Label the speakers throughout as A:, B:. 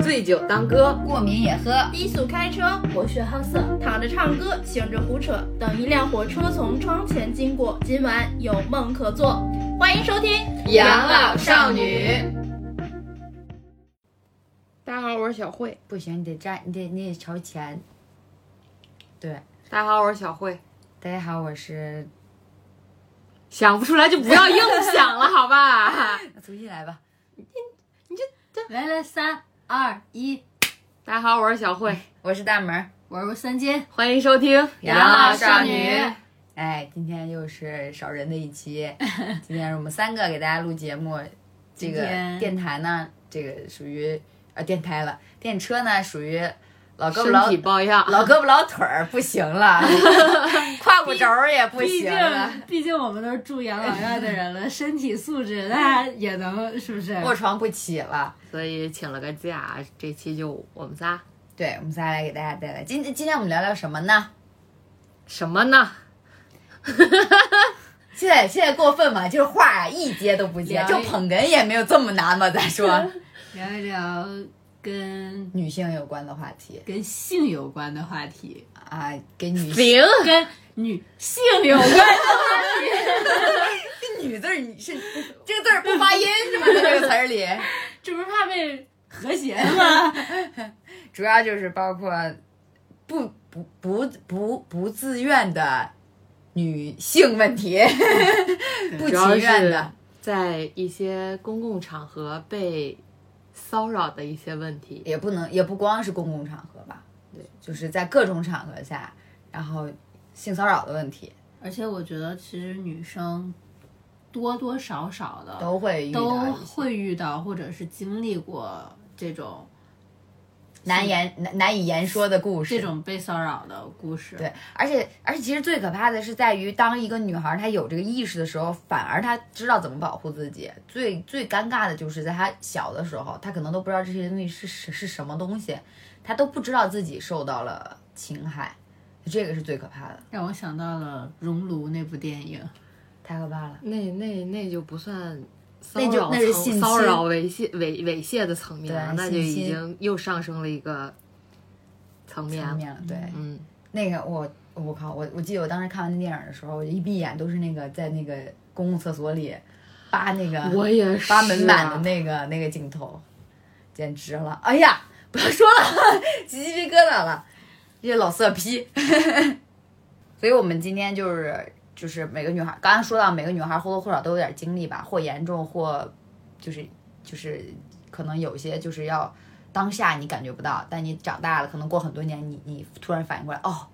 A: 醉酒当歌，
B: 过敏也喝。
C: 低速开车，博学好色，躺着唱歌，醒着胡扯。等一辆火车从窗前经过，今晚有梦可做。欢迎收听《
A: 养老少女》。大家好，我是小慧。
B: 不行，你得站，你得你得朝前。对，
A: 大家好，我是小慧。
B: 大家好，我是
A: 想不出来就不要硬想了，好 吧？
B: 重新来吧。你你这来来三二一，
A: 大家好，我是小慧，
B: 我是大门，我是三金。
A: 欢迎收听《
B: 养老少女哎，今天又是少人的一期， 今天是我们三个给大家录节目。这个
D: 今天
B: 电台呢，这个属于啊电台了，电车呢属于老胳膊
A: 身
B: 老
A: 体抱恙，
B: 老胳膊老腿儿不行了，胯骨轴儿也不
D: 毕
B: 行
D: 竟
B: 了，，
D: 毕竟我们都是住养老院的人 了，身体素质那也能是不是？
B: 卧床不起了。
A: 所以请了个假，这期就我们仨。
B: 对，我们仨来给大家带来今今天我们聊聊什么呢？
A: 什么呢？
B: 现在现在过分嘛，就是话啊一接都不接，
D: 聊一
B: 就捧哏也没有这么难吧？咱说
D: 聊一聊跟
B: 女性有关的话题
D: 跟性有关的话题，
B: 啊，给女性
A: 行，
D: 跟女性有关的话题。
B: 女字儿你是这个字儿不发音是吗？在这个词儿里，
D: 这不是怕被和谐吗？
B: 主要就是包括不不不不不自愿的女性问题， 不
A: 嗯主要
B: 情愿
A: 是
B: 的。
A: 在一些公共场合被骚扰的一些问题。
B: 也不能也不光是公共场合吧，
A: 对，
B: 就是在各种场合下，然后性骚扰的问题
D: 而且我觉得，其实女生多多少少的
B: 都会遇
D: 都
B: 到一些
D: 会遇到，或者是经历过这种
B: 难言难难以言说的故事。
D: 这种被骚扰的故事。
B: 对，而且而且其实最可怕的是在于，当一个女孩她有这个意识的时候，反而她知道怎么保护自己。最最尴尬的就是在她小的时候，她可能都不知道这些东西是是是什么东西，她都不知道自己受到了侵害，这个是最可怕的，
D: 让我想到了《熔炉》那部电影，
B: 太可怕了。
A: 那那那就不算骚
B: 那就
A: 扰
B: 那是
A: 层
B: 性
A: 骚
B: 侵
A: 扰猥亵猥猥亵的层面了，
B: 对
A: 那就
B: 性
A: 已
B: 侵
A: 经又上升了一个层面
B: 层
A: 了。
B: 面了，对，
A: 嗯，
B: 那个我我靠，我我记得我当时看完那电影的时候，我一闭眼都是那个在那个公共厕所里扒那个
A: 我也是、啊
B: 扒门板的那个那个镜头，简直了！哎呀，不要说了， 起鸡皮疙瘩了，这老色批。 所以我们今天就是就是每个女孩，刚刚说到每个女孩或多或少都有点经历吧，或严重或就是就是可能有些就是要当下你感觉不到，但你长大了，可能过很多年你你突然反应过来，哦，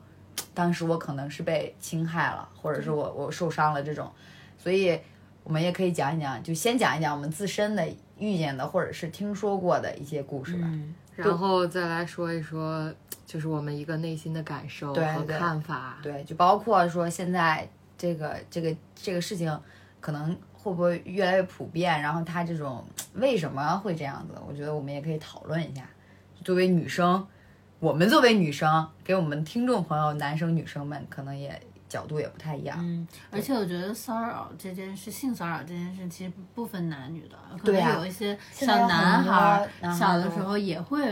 B: 当时我可能是被侵害了，或者是我我受伤了这种，所以我们也可以讲一讲，就先讲一讲我们自身的遇见的或者是听说过的一些故事吧。
D: 嗯，
A: 然后再来说一说，就是我们一个内心的感受
B: 对
A: 和
B: 对
A: 看法。
B: 对，就包括说现在这个这个这个事情，可能会不会越来越普遍？然后它这种为什么会这样子？我觉得我们也可以讨论一下。作为女生，我们作为女生，给我们听众朋友，男生女生们可能也角度也不太一样。
D: 嗯，而且我觉得骚扰这件事，性骚扰这件事其实不分男女的，可
B: 对啊
D: 能有一些
B: 现在有
D: 小男
B: 很多
D: 孩儿
B: 男孩
D: 小
B: 儿
D: 的
B: 都
D: 时候也会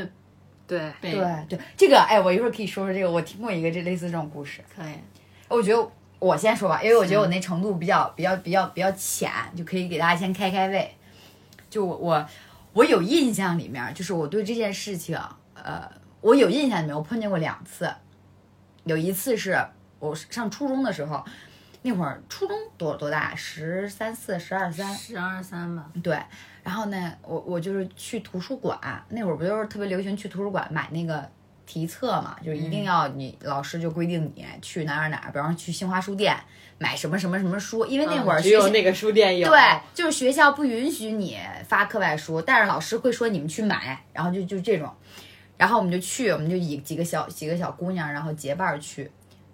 A: 对
D: 被
B: 对对，这个哎，我一会儿可以说说这个。我听过一个这类似这种故事，
D: 可以，
B: 我觉得我先说吧，因为我觉得我那程度比较比较比较比较浅，就可以给大家先开开胃。就我我我有印象里面，就是我对这件事情，呃，我有印象里面我碰见过两次，有一次是我上初中的时候，那会儿初中多多大，十三四、十二三，
D: 十二三吧，
B: 对，然后呢，我我就是去图书馆，那会儿不就是特别流行去图书馆买那个题册嘛，就是一
A: 嗯
B: 定要你、老师就规定你去哪儿哪儿，比方说去新华书店买什么什么什么书，因为那会儿
A: 嗯只
B: 学校、
A: 有那个书店有。
B: 对，就是学校不允许你发课外书，但是老师会说你们去买，然后就就这种，然后我们就去，我们就以几个小几个小姑娘，然后结伴儿去，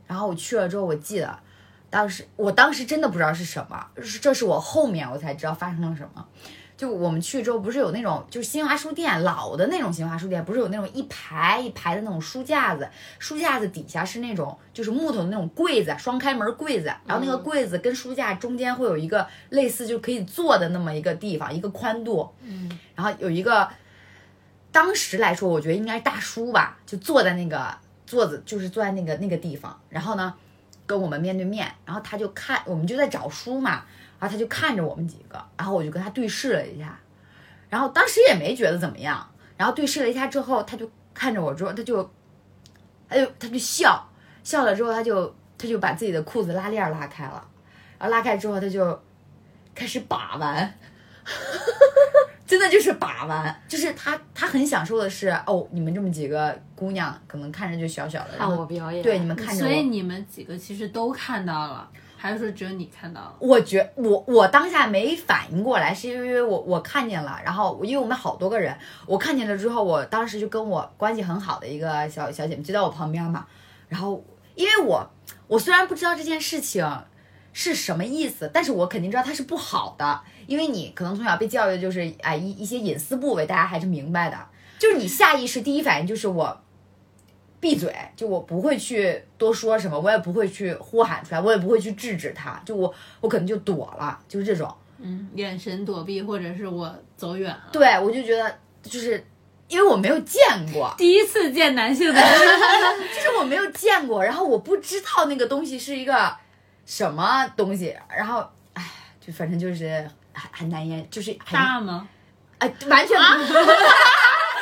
B: 然后我去了之后，我记得当时我当时真的不知道是什么，是这是我后面我才知道发生了什么。就我们去之后，不是有那种就是新华书店老的那种新华书店，不是有那种一排一排的那种书架子，书架子底下是那种就是木头的那种柜子，双开门柜子，然后那个柜子跟书架中间会有一个类似就可以坐的那么一个地方，一个宽度，嗯，然后有一个。当时来说，我觉得应该是大叔吧，就坐在那个坐子，就是坐在那个那个地方，然后呢，跟我们面对面，然后他就看，我们就在找书嘛，然后他就看着我们几个，然后我就跟他对视了一下，然后当时也没觉得怎么样，然后对视了一下之后，他就看着我之后，他就，他就哎他就笑，笑了之后，他就他就把自己的裤子拉链儿拉开了，然后拉开之后，他就开始把玩。 真的就是把玩，就是他他很享受的是哦，你们这么几个姑娘可能看着就小小的，然
A: 看
B: 后
A: 我表演，
B: 对你们看着
D: 所
B: 我，
D: 以你们几个其实都看到了，还是说只有你看到了？
B: 我觉我我当下没反应过来，是因为我我看见了，然后因为我们好多个人，我看见了之后，我当时就跟我关系很好的一个小小姐妹就在我旁边嘛，然后因为我我虽然不知道这件事情是什么意思，但是我肯定知道它是不好的，因为你可能从小被教育就是哎一一些隐私部位大家还是明白的，就是你下意识第一反应就是我。闭嘴！就我不会去多说什么，我也不会去呼喊出来，我也不会去制止他。就我我可能就躲了，就是这种。
D: 嗯，眼神躲避，或者是我走远了。，
B: 对我就觉得，就是因为我没有见过
D: 第一次见男性的
B: 就是我没有见过，然后我不知道那个东西是一个什么东西，然后哎，就反正就是很很难言，就是很
D: 大 吗？
B: 哎，完全不，
A: 啊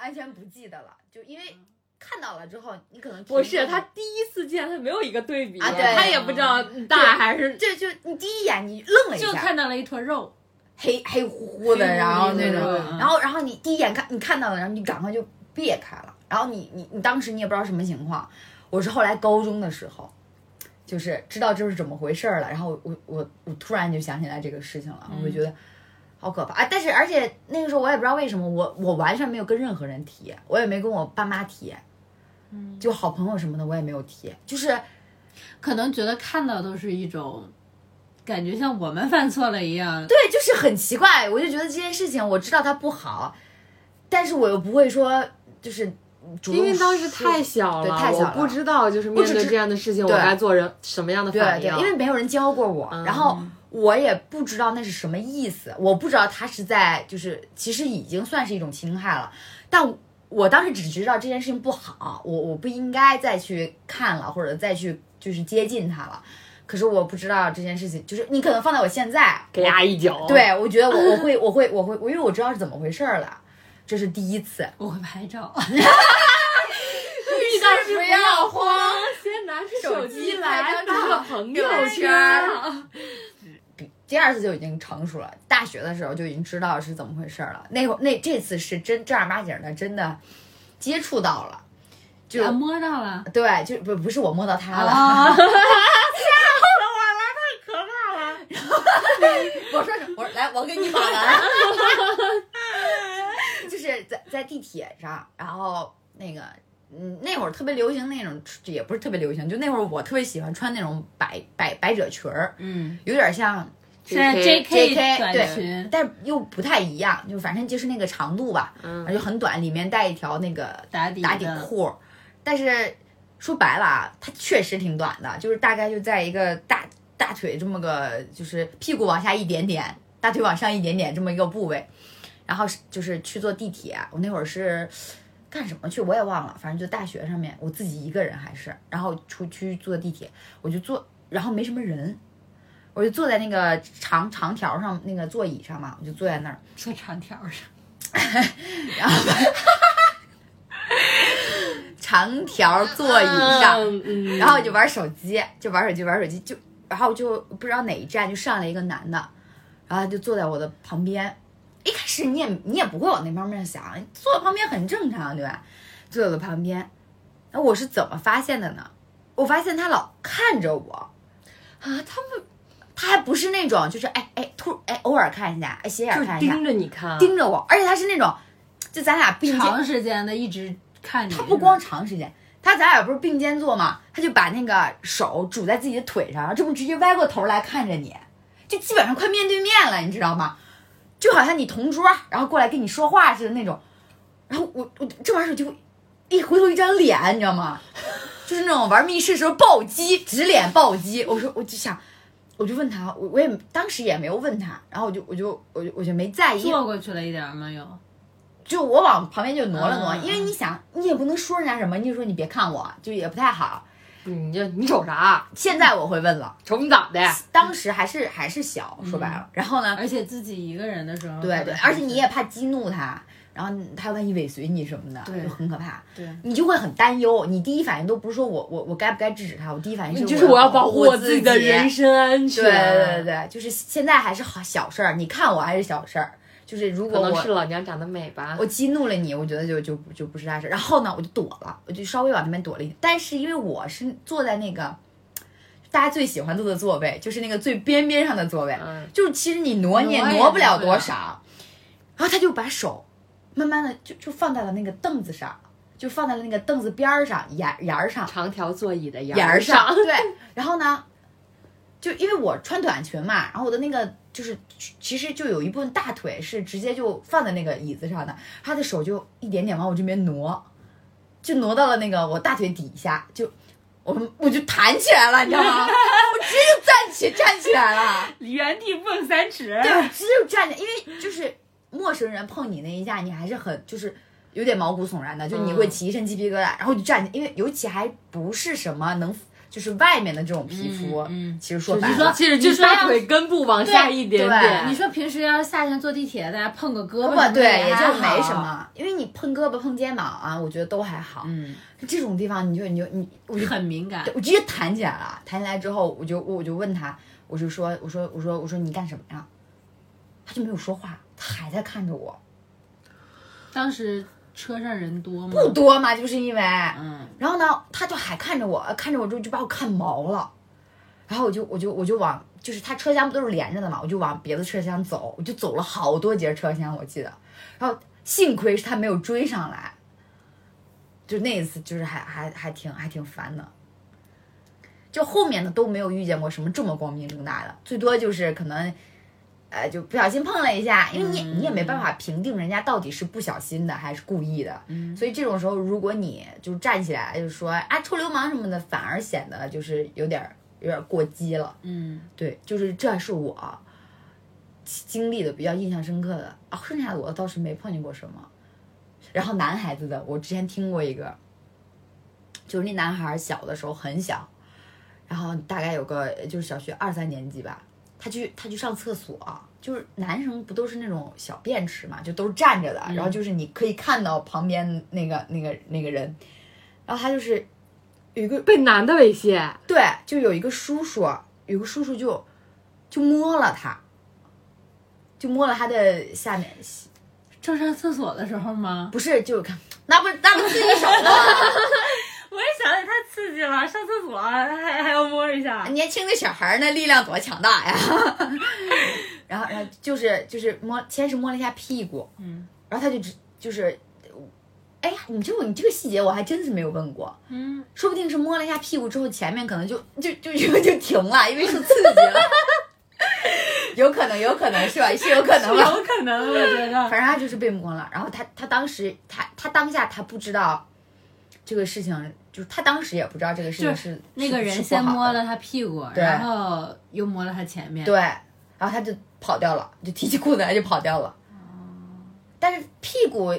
B: 完全不记得了，就因为看到了之后，你可能
A: 不嗯
D: 嗯
A: 是他第一次见，他没有一个对比，
B: 啊对
A: 他也不知道
B: 嗯
A: 大还是
B: 这就你第一眼你愣了一下，
D: 就看到了一坨肉，
B: 黑黑乎乎的，然后那种，
D: 嗯
B: 然后然后你第一眼看你看到了，然后你赶快就别开了，然后你你你当时你也不知道什么情况，我是后来高中的时候，就是知道这是怎么回事儿了，然后我我我突然就想起来这个事情了，我就觉得。好可怕啊！但是而且那个时候我也不知道为什么，我我完全没有跟任何人提，我也没跟我爸妈提，嗯，就好朋友什么的我也没有提，就是
D: 可能觉得看到都是一种感觉，像我们犯错了一样。
B: 对，就是很奇怪，我就觉得这件事情我知道它不好，但是我又不会说就是主动
A: 因为当时
B: 说
A: 太小
B: 对
A: 了，
B: 太小了
A: 我不知道就是
B: 不
A: 面
B: 知
A: 对
B: 知
A: 这样的事情，我
B: 对
A: 该做人什么样的
B: 对
A: 反
B: 对，
A: 应。
B: 因为没有人教过我，
A: 嗯
B: 然后我也不知道那是什么意思，我不知道他是在就是其实已经算是一种侵害了，但我当时只知道这件事情不好，我我不应该再去看了或者再去就是接近他了。可是我不知道这件事情，就是你可能放在我现在，
A: 给他一脚，，
B: 对我觉得我我会我会我会我因为我知道是怎么回事儿了，这是第一次，
D: 我会拍照，
A: 遇到事
B: 不
A: 不
B: 要
A: 要
B: 慌
A: 慌，先拿出
B: 手
A: 手
B: 机
A: 机
B: 来
A: 来打
B: 打个
A: 个 朋
B: 友
A: 友
B: 圈儿
A: 圈。
B: 第二次就已经成熟了。大学的时候就已经知道是怎么回事儿了。那会儿那这次是真正儿八经的，真的接触到了，就、
D: 啊摸到了。
B: 对，就不不是我摸到他了，
D: 啊，
B: 我说什么我说来，我给你把完， 就是在在地铁上，然后那个。嗯，那会儿特别流行那种，也不是特别流行，就那会儿我特别喜欢穿那种百百百褶裙儿，
D: 嗯，
B: 有点像
D: 现在 JK
B: JK
D: 短裙，
B: 但又不太一样，就反正就是那个长度吧，
A: 嗯
B: 然后就很短，里面带一条那个
D: 打底
B: 打底
D: 的
B: 裤儿，但是说白了啊，它确实挺短的，就是大概就在一个大大腿这么个，就是屁股往下一点点，大腿往上一点点这么一个部位，然后是就是去坐地铁，啊我那会儿是。干什么去我也忘了，反正就大学上面我自己一个人还是，然后出去坐地铁，我就坐，然后没什么人，我就坐在那个长长条上那个座椅上嘛，我就坐在那儿，
D: 做长条上，
B: 然后长条座椅上，
A: 嗯
B: 然后就玩手机，就玩手机，玩手机，就然后就不知道哪一站就上来一个男的，然后他就坐在我的旁边。一开始你也你也不会往那方面想，坐旁边很正常，对吧？坐在我的旁边，然后我哎是怎么发现的呢？我发现他老看着我，
A: 啊，他们
B: 他还不是那种就是哎哎突哎偶尔看一下，哎斜眼
A: 就是
B: 看一下，
A: 盯着你看，
B: 盯着我，而且他是那种就咱俩并肩
D: 长时间的一直看你。
B: 他不光长时间，他咱俩不是并肩坐嘛，他就把那个手拄在自己的腿上，这么直接歪过头来看着你，就基本上快面对面了，你知道吗？就好像你同桌，然后过来跟你说话似的那种。然后我我这玩意儿就一回头一张脸，你知道吗？ 就是那种玩密室时候暴击，直脸暴击。我说我就想，我就问他，我我也当时也没有问他，然后我就我就我就我就没在意，
D: 坐过去了一点儿吗？有
B: 就我往旁边就挪了挪，
A: 嗯嗯嗯
B: 因为你想，你也不能说人家什么，你就说你别看我，就也不太好。
A: 你这你瞅啥？
B: 现在我会问了，
A: 瞅你咋的？
B: 当时还是还是小，说白
A: 嗯
B: 了，然后呢，
D: 而且自己一个人的时候，
B: 对对，而且你也怕激怒他，然后他万一尾随你什么的，
D: 对
B: 就很可怕。
D: 对，
B: 你就会很担忧，你第一反应都不是说我我我该不该制止他，我第一反应
A: 就是
B: 是
A: 我要
B: 保
A: 保护我自己的人啊身安全。
B: 对对对，对，就是现在还是好小事儿，你看我还是小事儿，就是如
A: 可
B: 果
A: 能是
B: 我
A: 老娘长得美吧。
B: 我激怒了你，我觉得就就就不是大事儿。然后呢，我就躲了，我就稍微往那边躲了一点，但是因为我是坐在那个大家最喜欢坐的座位，就是那个最边边上的座位，
A: 嗯，
B: 就是其实你挪你也
D: 挪也
B: 挪不了
D: 挪不了
B: 多少，然后他就把手慢慢的就就放在了那个凳子上，就放在了那个凳子边儿上沿沿儿上
A: 长条座椅的沿
B: 沿儿
A: 上，
B: 上，对， 然后呢，就因为我穿短裙嘛，然后我的那个就是其实就有一部分大腿是直接就放在那个椅子上的，他的手就一点点往我这边挪，就挪到了那个我大腿底下，就我我就弹起来了，你知道吗？ 我直接就站起站起来了。
D: 原地蹦三尺，
B: 对，直接就站着，因为就是陌生人碰你那一下，你还是很就是有点毛骨悚然的，就
D: 嗯
B: 你会起一身鸡皮疙瘩，然后就站起，因为尤其还不是什么能就是外面的这种皮肤，
D: 嗯嗯
B: 其实说白
D: 你
B: 了
D: 说。
A: 其实就
D: 你
A: 是
D: 说
A: 大
D: 要
A: 腿根部往下一点点。
D: 你说平时要是夏天坐地铁，大家碰个胳膊什
B: 胳膊
D: 么的，
B: 对，也
D: 还
B: 就没
D: 哎好
B: 什。么，因为你碰胳膊、碰肩膀啊，我觉得都还好。
D: 嗯，
B: 这种地方你就你就你，我就
D: 很敏感
B: 对，我直接弹起来了。弹起来之后，我就我我就问他，我就说我说我说我说你干什么呀？他就没有说话，他还在看着我。
D: 当时车上人多吗？
B: 不多嘛，就是因为，
D: 嗯，
B: 然后呢，他就还看着我，呃看着我之后就把我看毛了，然后我就我就我就往就是他车厢不都是连着的嘛，我就往别的车厢走，我就走了好多节车厢，我记得，然后幸亏是他没有追上来，就那一次就是还还还挺还挺烦的。就后面的都没有遇见过什么这么光明正大的，最多就是可能，呃，就不小心碰了一下，因为你、你也没办法评定人家到底是不小心的还是故意的，所以这种时候如果你就站起来就说啊臭流氓什么的，反而显得就是有点儿有点儿过激了。
D: 嗯，
B: 对，就是这是我经历的比较印象深刻的啊，剩下的我倒是没碰见过什么。然后男孩子的，我之前听过一个，就是那男孩儿小的时候很小，然后大概有个就是小学二三年级吧，他去他去上厕所，就是男生不都是那种小便池嘛，就都是站着的，然后就是你可以看到旁边那个那个那个人，然后他就是有一个
A: 被男的猥亵，
B: 对，就有一个叔叔，有个叔叔就就摸了他，就摸了他的下面，
D: 嗯正上厕所的时候吗？
B: 不是就看，那不那不是自己 手吗？
D: 我也想想，太刺激了，上厕所还还要摸一下。
B: 年轻的小孩儿那力量多强大呀！ 然后然后就是就是摸，先是摸了一下屁股，
D: 嗯，
B: 然后他就直就是，哎呀，你这个你这个细节我还真是没有问过，
D: 嗯，
B: 说不定是摸了一下屁股之后，前面可能就就就就就停了，因为受刺激了。 有可能，有可能是吧？是有可能吧？
D: 哎 有可能，我觉得。
B: 反正他就是被摸了。然后他他当时他他当下他不知道这个事情，就是他当时也不知道这个事情
D: 就是那个
B: 是
D: 人
B: 是不好
D: 先
B: 的
D: 摸了他屁股，
B: 对
D: 然后又摸了他前面。
B: 对，然后他就跑掉了，就提起裤子来就跑掉了。
D: 哦
B: 但是屁股，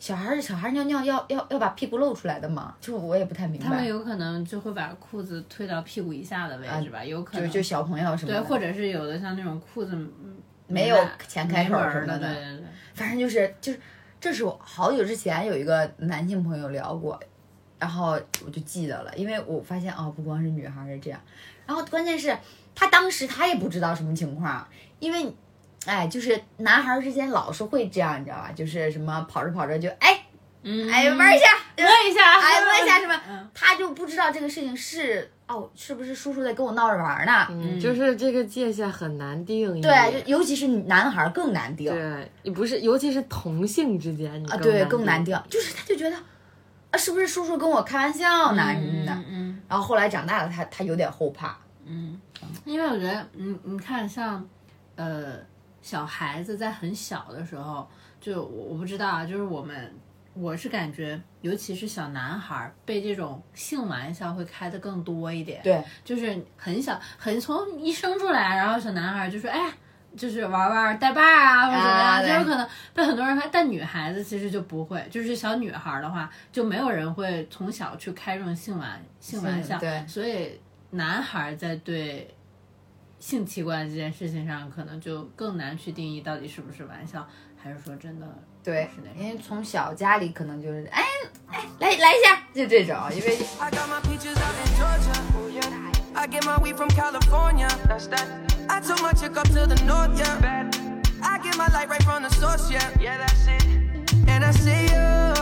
B: 小孩儿小孩儿尿尿要要要把屁股露出来的嘛，就我也不太明
D: 他们
B: 白。
D: 有可能就会把裤子推到屁股以下的位置吧，有可
B: 啊就
D: 能。
B: 就小朋友什么
D: 对，
B: 的，
D: 或者是有的像那种裤子嗯
B: 没有
D: 没满
B: 前开
D: 没
B: 口
D: 门
B: 什
D: 儿
B: 么
D: 的，对
B: 的，
D: 对对。
B: 反正就是就是，这是我好久之前有一个男性朋友聊过，然后我就记得了，因为我发现哦，不光是女孩儿是这样，然后关键是他当时他也不知道什么情况，因为，哎，就是男孩儿之间老是会这样，你知道吧？就是什么跑着跑着就哎
D: 嗯，
B: 哎摸一下，对吧
D: 摸一下，
B: 哎摸 一下什么，
D: 嗯，
B: 他就不知道这个事情是哦，是不是叔叔在跟我闹着玩儿呢？
A: 嗯，就是这个界限很难定义。
B: 对，就尤其是男孩儿更难定。
A: 对，你不是，尤其是同性之间，你
B: 啊，对，更
A: 更难
B: 难
A: 定。
B: 定，就是他就觉得，啊，是不是叔叔跟我开玩笑呢什么
D: 嗯
B: 的。
D: 嗯
B: 然后后来长大了，他他有点后怕，
D: 嗯，因为我觉得，嗯，你看像，呃，小孩子在很小的时候，就我我不知道啊，就是我们，我是感觉，尤其是小男孩儿被这种性玩笑会开的更多一点。
B: 对，
D: 就是很小，很从一生出来，然后小男孩就说：“哎，就是玩玩带把儿啊，或者怎么样，
B: 啊对
D: 这有可能被很多人发现。但女孩子其实就不会，就是小女孩儿的话，就没有人会从小去开这种性玩性玩笑。
B: 对
D: 所以男孩儿在对性器官这件事情上，可能就更难去定义到底是不是玩笑，还是说真的
B: 对
D: 是那，种
B: 因为从小家里可能就是哎哎来来一下，就这种，因为
E: I got my peaches out in Georgia. I get my weed from California. That's that. I took my chick up to the north, yeah. I get my light right from the source, yeah. Yeah, that's it. And I see you.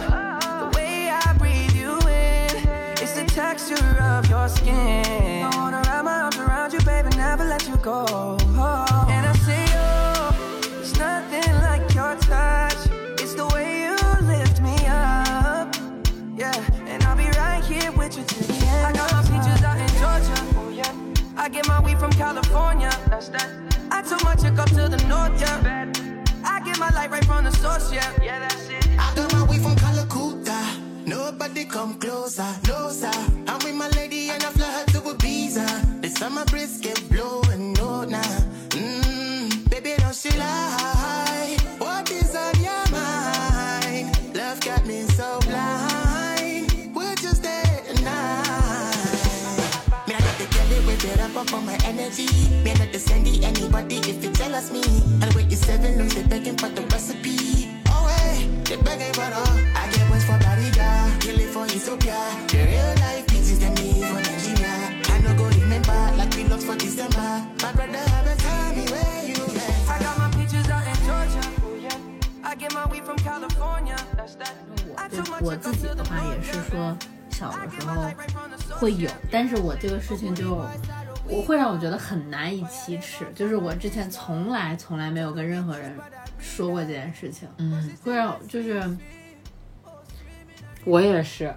E: The way I breathe you in. It's the texture of your skin. I wanna wrap my arms around you, baby, never let you go. And I see you. It's nothing like your touch. It's the way you lift me up. Yeah, and I'll be right here with you till the end. I got my peaches out in Georgia. Oh yeah. I get my weed from California. That's that. I took my chick up to the north, yeah. I get my light right from the source, yeah. Yeah, that's it.
F: I got my way from Calacuta. Nobody come closer, no sir. I'm with my lady and I fly her to Ibiza. The summer breeze get blowing, no nah. Mmm, baby don't she lie? What is on your mind? Love got me so blind. We'll just stay the night. Me I got the girl with it up up on my energy. Me I not descending anybody if you tell us me. I'll wait you seven lose they begging for the recipe. Oh hey, they begging for all. I get what's for Barriga, kill it for Ethiopia. The real life pieces them me for Nigeria. I no go remember like we lost for December. My brother have a time me where you at.
E: I got my peaches out in Georgia. Oh yeah. I get my weed from California. That's that. I
D: 对
E: took my
D: 我
E: chick
D: 自
E: up
D: 己
E: to
D: 的
E: the
D: 话也
E: north,
D: 是
E: yeah.
D: 说，小的
E: I
D: 时
E: get my
D: 候
E: light right from the source.
D: 会有，但是我这个事情就我会让我觉得很难以启齿，就是我之前从来从来没有跟任何人说过这件事情，嗯，会让我就是
A: 我也是，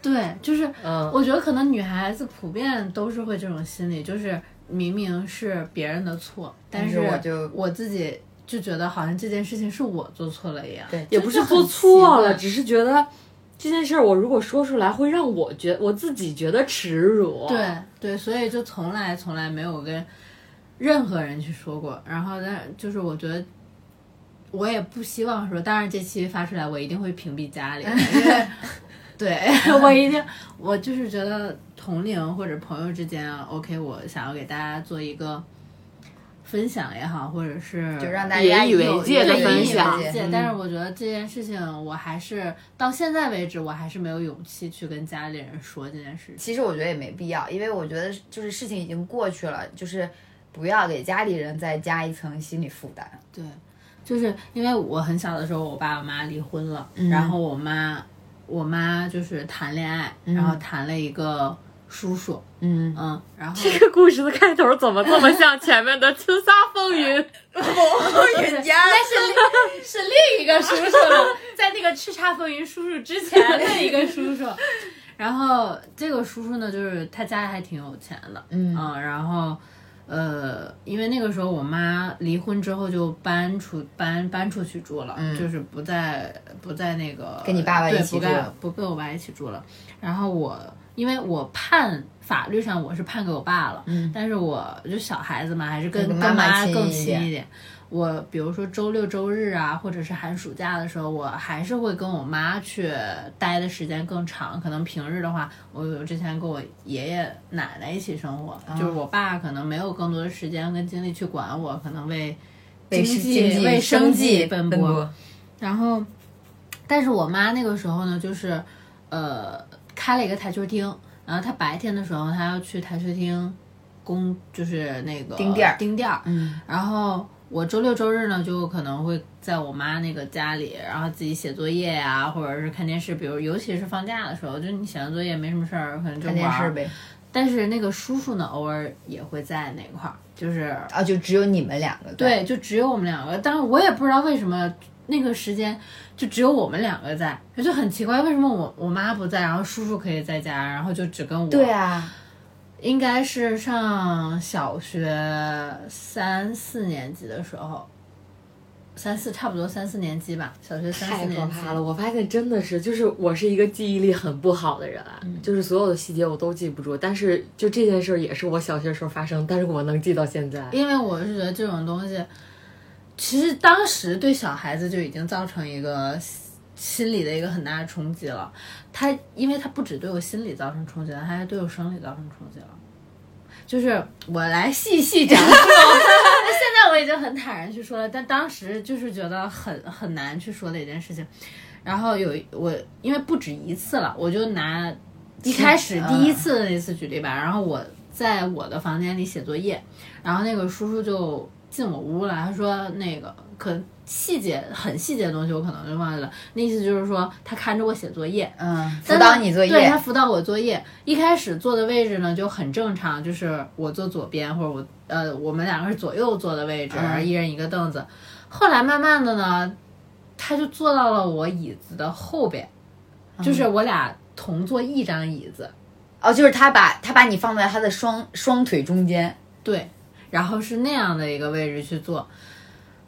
D: 对，就是
A: 嗯
D: 我觉得可能女孩子普遍都是会这种心理，就是明明是别人的错，但是
B: 但是我就
D: 我自己就觉得好像这件事情是我做错了一样，
B: 对
A: 也不是做错了，只是觉得这件事儿，我如果说出来，会让我觉我自己觉得耻辱。
D: 对对，所以就从来从来没有跟任何人去说过。然后，但就是我觉得，我也不希望说，当然这期发出来，我一定会屏蔽家里，因 为对 我一定，我就是觉得同龄或者朋友之间啊，OK，我想要给大家做一个分享也好，或者是
B: 就让大家
A: 引以为
B: 有
A: 戒的
B: 有
A: 分
B: 引以为
A: 享
B: 戒
D: 对但是我觉得这件事情，我还是到现在为止，我还是没有勇气去跟家里人说这件事情。
B: 其实我觉得也没必要，因为我觉得就是事情已经过去了，就是不要给家里人再加一层心理负担。
D: 对，就是因为我很小的时候，我爸我妈离婚了，
B: 嗯
D: 然后我妈我妈就是谈恋爱，然后谈了一个叔叔，
B: 嗯，
D: 嗯，然后
A: 这个故事的开头怎么这么像前面的《青纱风云》？
B: 人
C: 哎
B: 家
D: 是另一个叔 叔了，在那个《叱咤风云》叔叔之前另一个叔 叔。然后这个叔叔呢，就是他家里还挺有钱的，嗯然后呃，因为那个时候我妈离婚之后就搬出搬搬出去住了，就是不在不在那个
B: 嗯跟你爸爸
D: 对
B: 一起
D: 不
B: 住
D: 跟
B: 了
D: 不跟我爸一起住了。然后我因为我判法律上我是判给我爸了，但是我就小孩子嘛，还是跟
B: 嗯跟
D: 跟
B: 妈妈
D: 妈
B: 亲
D: 更
B: 一点
D: 亲一点。我比如说周六周日啊，或者是寒暑假的时候，我还是会跟我妈去待的时间更长。可能平日的话，我有之前跟我爷爷奶奶一起生活，
B: 哦
D: 就是我爸可能没有更多的时间跟精力去管我，可能为
B: 为
D: 经
B: 是
D: 济
B: 济
D: 为生
B: 计
D: 计奔波。然后，但是我妈那个时候呢，就是呃开了一个台球厅，然后她白天的时候她要去台球厅工，就是那个
B: 盯店儿
D: 盯店儿，嗯，然后。我周六周日呢，就可能会在我妈那个家里，然后自己写作业呀、或者是看电视。比如，尤其是放假的时候，就你写完作业没什么事儿，可能就玩
B: 看电视
D: 儿。
B: 呗。
D: 但是那个叔叔呢，偶尔也会在那块儿，就是
B: 啊，就只有你们两个在。
D: 对，就只有我们两个。当然，我也不知道为什么那个时间就只有我们两个在，我就很奇怪，为什么我我妈不在，然后叔叔可以在家，然后就只跟我。
B: 对，啊，
D: 应该是上小学三四年级的时候，三四差不多三四年级吧，小学三 四
A: 太可
D: 年级。
A: 怕了！我发现真的是，就是我是一个记忆力很不好的人，啊就是所有的细节我都记不住。但是就这件事儿也是我小学时候发生，但是我能记到现在。
D: 因为我是觉得这种东西，其实当时对小孩子就已经造成一个心心理的一个很大的冲击了。他因为他不只对我心理造成冲击了，他还对我生理造成冲击了。就是我来细细讲述， 现在我已经很坦然去说了，但当时就是觉得很很难去说的一件事情。然后有我，因为不止一次了，我就拿一开始
B: 嗯
D: 第一次的那次举例吧。然后我在我的房间里写作业，然后那个叔叔就进我屋了，他说那个可细节很细节的东西我可能就忘记了，那意思就是说他看着我写作业，
B: 嗯，
D: 但
B: 辅
D: 是
B: 导你作
D: 对
B: 业
D: 他，辅导我作业。一开始坐的位置呢就很正常，就是我坐左边，或者我呃我们两个是左右坐的位置，
B: 嗯
D: 一人一个凳子。后来慢慢的呢，他就坐到了我椅子的后边，
B: 嗯
D: 就是我俩同坐一张椅子。
B: 哦，就是他把他把你放在他的双双腿中间，
D: 对，然后是那样的一个位置去做，